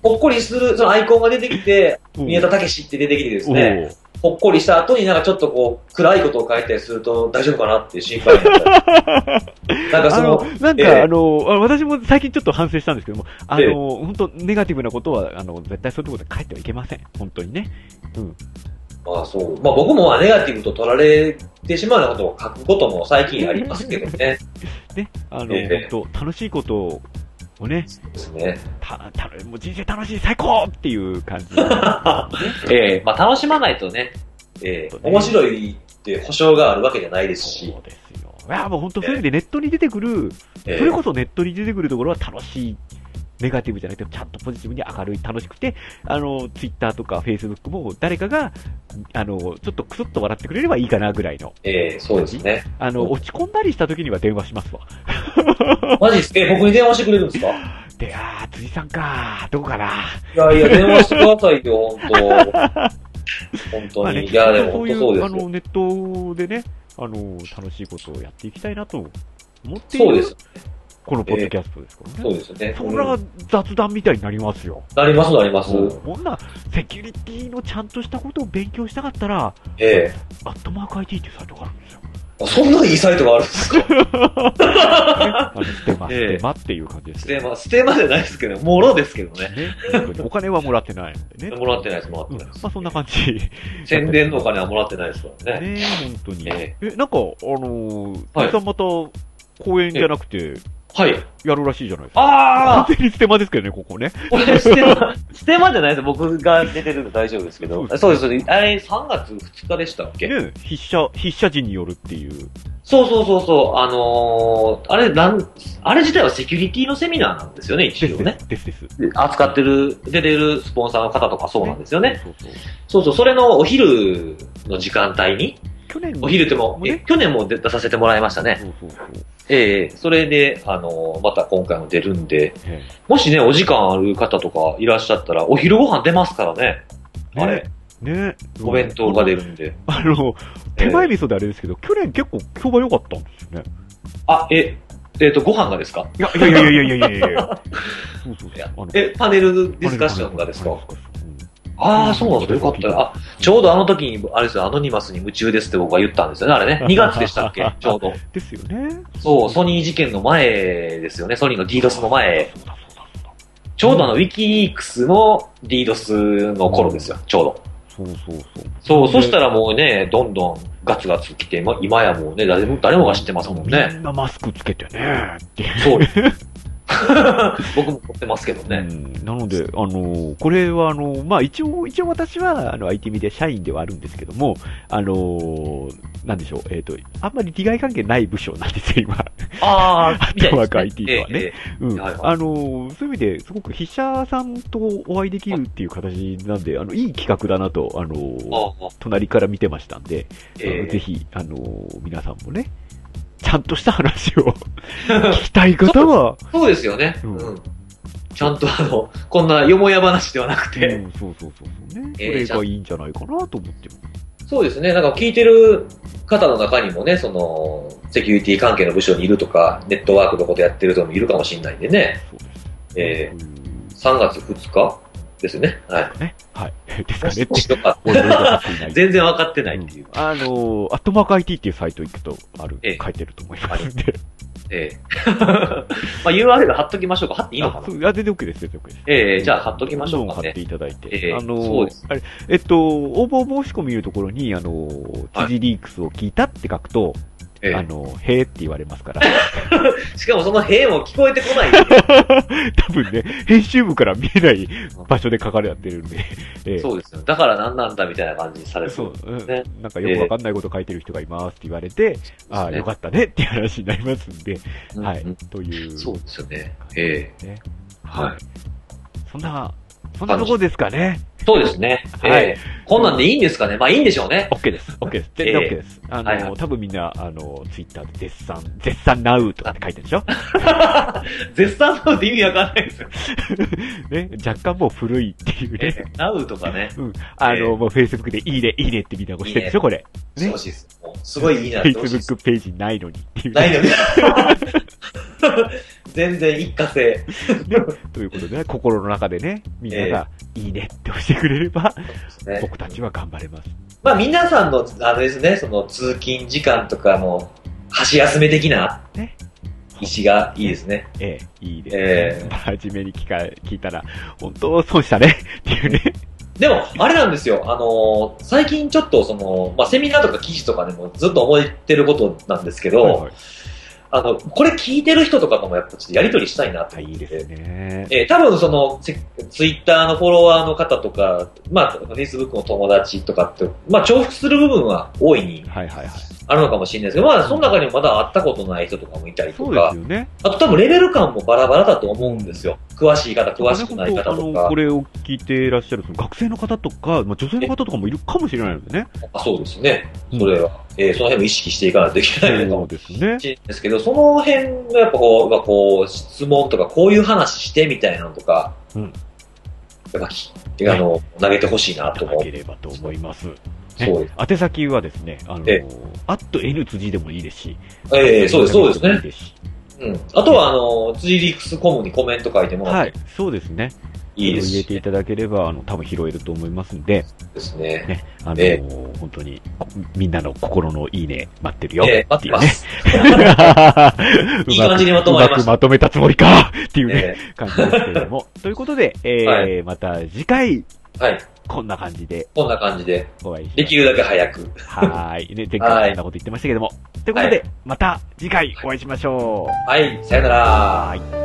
ほっこりする、そのアイコンが出てきて、宮田武って出てきてですね、ほっこりした後になんかちょっとこう、暗いことを書いたりすると大丈夫かなっていう心配になった
<laughs>
り。なんか
あ
そ
の
の、、
なんか、
ええ
あの、あ私も最近ちょっと反省したんですけども、あ
ええ
の、本当ネガティブなことは、あの、絶対そういうところで書いてはいけません。本当にね。
まあそう。まあ僕もまあネガティブと取られてしまうようなことを書くことも最近ありますけどね。
ね、あの、
ええ
本当楽しいことをね、
そうですね。
た、た、もう人生楽しい、最高っていう感じ。
<laughs> ええまあ楽しまないとね、ええ
そうね
面白いって保証があるわけじゃないですし
そ、うですよ。いや、もう本当そういう意味でネットに出てくる、
ええ
それこそネットに出てくるところは楽しい。ネガティブじゃなくて、ちゃんとポジティブに明るい、楽しくて、あの、ツイッターとかフェイスブックも誰かが、あの、ちょっとクスッと笑ってくれればいいかなぐらいの。
ええそうです
<laughs>
ね。
あの、落ち込んだりした時には電話しますわ。
マジっすええ僕に電話してくれるん
<laughs>
ですか
で、あー、辻さんかー、どこかな。
いやいや、電話してくださいよ、本当本当
ま
に。
あね
いや、でも
そう
本
いう
当そうで
あ
すよ。
の、ネットでね、あの、楽しいことをやっていきたいなと思っている
そうです。
このポッドキャストですからね。
そうですよね。
そんな雑談みたいになりますよ。
なります、なります。
こんなセキュリティのちゃんとしたことを勉強したかったら、
え
アットマーク IT っていうサイトがあるんですよ。
えそんないいサイトがあるんですか <laughs>
あのステマ、
え
ス
え
テマっていう感じです
ス
け
テ
ど。
マ、ステマじゃないですけど、もろですけどね。
ね。本当に <laughs> お金はもらってないのでね。
もらってないです、もらっ
う
て
ん
な
ま
いです。
あそんな感じ。
宣伝のお金はもらってないですからね。
ねえ、本当に。え
え、
なんか、あのー、
はい
辻さんまた、公演じゃなくて、
はい。
やるらしいじゃないですか。
あ
完全にステマですけどね、ここね。
あこれ、ステマ、ステマじゃないです。僕が出てるの大丈夫ですけ
そう
ど
で。す
そうです、そうです。あれ、3月2日でしたっけ
ね筆者、筆者陣によるっていう。
そうそうそうそう。あのー、あれ、なん、あれ自体はセキュリティのセミナーなんですよね、一応ね。
ですです。です
で <laughs> 扱ってる、出てるスポンサーの方とかそうなんですよね。。
そうそう
そうそう、それのお昼の時間帯に、
去年
お昼でも、
ね
え去年も出出させてもらいましたね。
そうそうそう。
ええそれで、あのーまた今回も出るんで、
え
もしね、お時間ある方とかいらっしゃったら、お昼ご飯出ますからね。
え
あれ、
ねね
お弁当が出るんで。
あの、手前味噌であれですけど、去年結構評判良かったんですよね。
あ、え、えっ、と、ご飯がですか
いや、いやいやいやいやいやい
<laughs>
やそうそう
いや
そう。
え、パネルディスカッションがです
あの
か
うん
ああ、そうなんですか。よかったら。あ、ちょうどあの時に、あれですよ、アノニマスに夢中ですって僕は言ったんですよね。あれね。2月で <laughs> したっけちょうど。
ですよね。
そう、ソニー事件の前ですよね。ソニーの DDoS の前。
そうだそうだそうだ。
ちょうどあの、ウィキリークスの DDoS の頃ですよ。ちょうど。
そうそうそう。
そう、そしたらもうね、どんどんガツガツ来て、ま今やもうね、誰も、誰もが知ってますもんね。
みんなマスクつけてね。っていう
そう。 <laughs> 僕も持ってますけど
う
ね。
んなので、あの、これは、あの、まあ、一応、一応私は、あの、IT メディア社員ではあるんですけども、あの、なんでしょう、えっ、と、あんまり利害関係ない部署なんですよ、今。
ああ、みた
ハッ
いです
トワー
ね。
ク IT とはね
ええ。
うん。
はいはい
あの、そういう意味で、すごく筆者さんとお会いできるっていう形なんで、あの、いい企画だなと、あ
あ
の、
あ、
隣から見てましたんで、あ
え
の
え
ぜひ、あの、皆さんもね、ちゃんとした話を聞きたい方は、
<laughs> そうですよね。
う
うんん。ちゃんとあの、こんなよもや話ではなく
う
て、
ん、そうそうそうそうね。こ
ええ
れがいいんじゃないかなと思ってます。
そうですね。なんか聞いてる方の中にもね、その、セキュリティ関係の部署にいるとか、ネットワークのことやってる人もいるかもしれないんでね。
そうです。
え
うん
え3月2日ですね。はい。
ね。はい。 <laughs> ですかねって。
とか、
俺よくわかっていない
全然分かってないっていう。
うんあのー、アットマーク IT っていうサイト行くと、ある、
ええ
書いてると思いますんで。
え <laughs> え。まあ URL 貼っときましょうか。貼っていいのか
あ <laughs>
な
そういや全然 OK です、全然 OK です。
ええじゃあ貼っときましょうかね
どんどん貼っていただいて。
ええ
あのー
そうです
あれ、えっと、応募申し込みいうところに、あのー、
はい
知事リークスを聞いたって書くと、
え
あ
え
のー、へーって言われますから、 <laughs>
しかもその塀も聞こえてこない。
多分ね、編集部から見えない場所で書かれてるんで、ええ
そうですよ。だから何なんだみたいな感じにされそ
そうう。、うん
ね
なんかよくわかんないこと書いてる人がいますって言われて、ああ、よかったねっていう話になりますんで、
うん
はい
うん。
という。
そうですよね。え
ね
えはい。
そんな、そんなとこですかね。
そうですね。え
はい
えこんなんでいいんですかねまあいいんでしょうね。
OK です。OK です。全然
ええ
OK です。あ
はいは
の、多分みんな、あの、ツイッターで絶賛、絶賛ナウとかって書いてるでしょ
絶賛のって意味わかんないですよ。
ね、若干もう古いっていう
え
ね。
えナウとかね。
あ
ええ
の、もう Facebook でいいね、いいねってみんな押してるでしょ、これ。
してほしいです。もうすごいいいなってほしいで
<laughs>
す
Facebook ページないのにっていう。
ないのに。全然一過性。
<laughs> ということで、ね、心の中でね、みんなが、いいねって押してくれれば、僕たちは頑張れます。
まあ皆さんの、あれですね、その通勤時間とかの、箸休め的な
ね、
石がいいですね。
ええ、いいね。
ええ
初めに聞か、聞いたら、本当損したねっていうね。
でも、あれなんですよ。あのー最近ちょっとその、まあセミナーとか記事とかでもずっと思ってることなんですけど、
はいはい
あの、これ聞いてる人とかともやっぱちょっとやりとりしたいなって
あ、
思
い
っ
い
てて
ですね。
えー多分その、ツイツイッターのフォロワーの方とか、まあ、フェイスブックの友達とかって、まあ、重複する部分は大いに
はいはいはい。
あるのかもしれないですけど、まあ、その中にもまだ会ったことない人とかもいたりと
そうで
か
す、よね。
あと多分レベル感もバラバラだと思うんですよ。詳しい方、詳しくない方
あ
と
の、
か
こ。れを聞いていらっしゃるその学生の方とか、まあ、女性の方とかもいるかもしれないのでね。
あそうですね。それは、えーその辺も意識していかないといけないのか
そう
も
ですね
し。れないですけど、その辺のやっぱこう、がこう、質問とか、こういう話してみたいなのとか、
うん
やっぱき、あの、投げてほしいないと
た
思
だ
う
け。ればと思います。
そうです。
宛先はですね、あの
ええ、
アット N 辻でもいいですし。
ええそうです、そうです
いい
ね。
ですし。
うん。あとは、あの、ツイリークスコムにコメント書いてもら
は
っ
い
て。
そうですね。
いいです
それを入れてい
した
だければ、あの、多分拾えると思いますんで、
ですね。
ね、あのー
え
本当に、こみんなの心のいいね、待ってるよ。
えー、待ってま
ね。
す。
う
<laughs> いい感じにまとまりま
う
し
くまとめたつもりかっていうね、
え
感じですけれども。ということで、えー
は
また次回、
えはい。
こんな感じで
こんな感じで、
お会いしましょう
できるだけ早く。
はーい。ね、前回もそんなこと言ってましたけれども。ということで、また次回お会いしましょう。
はい、さよなら。
はーい。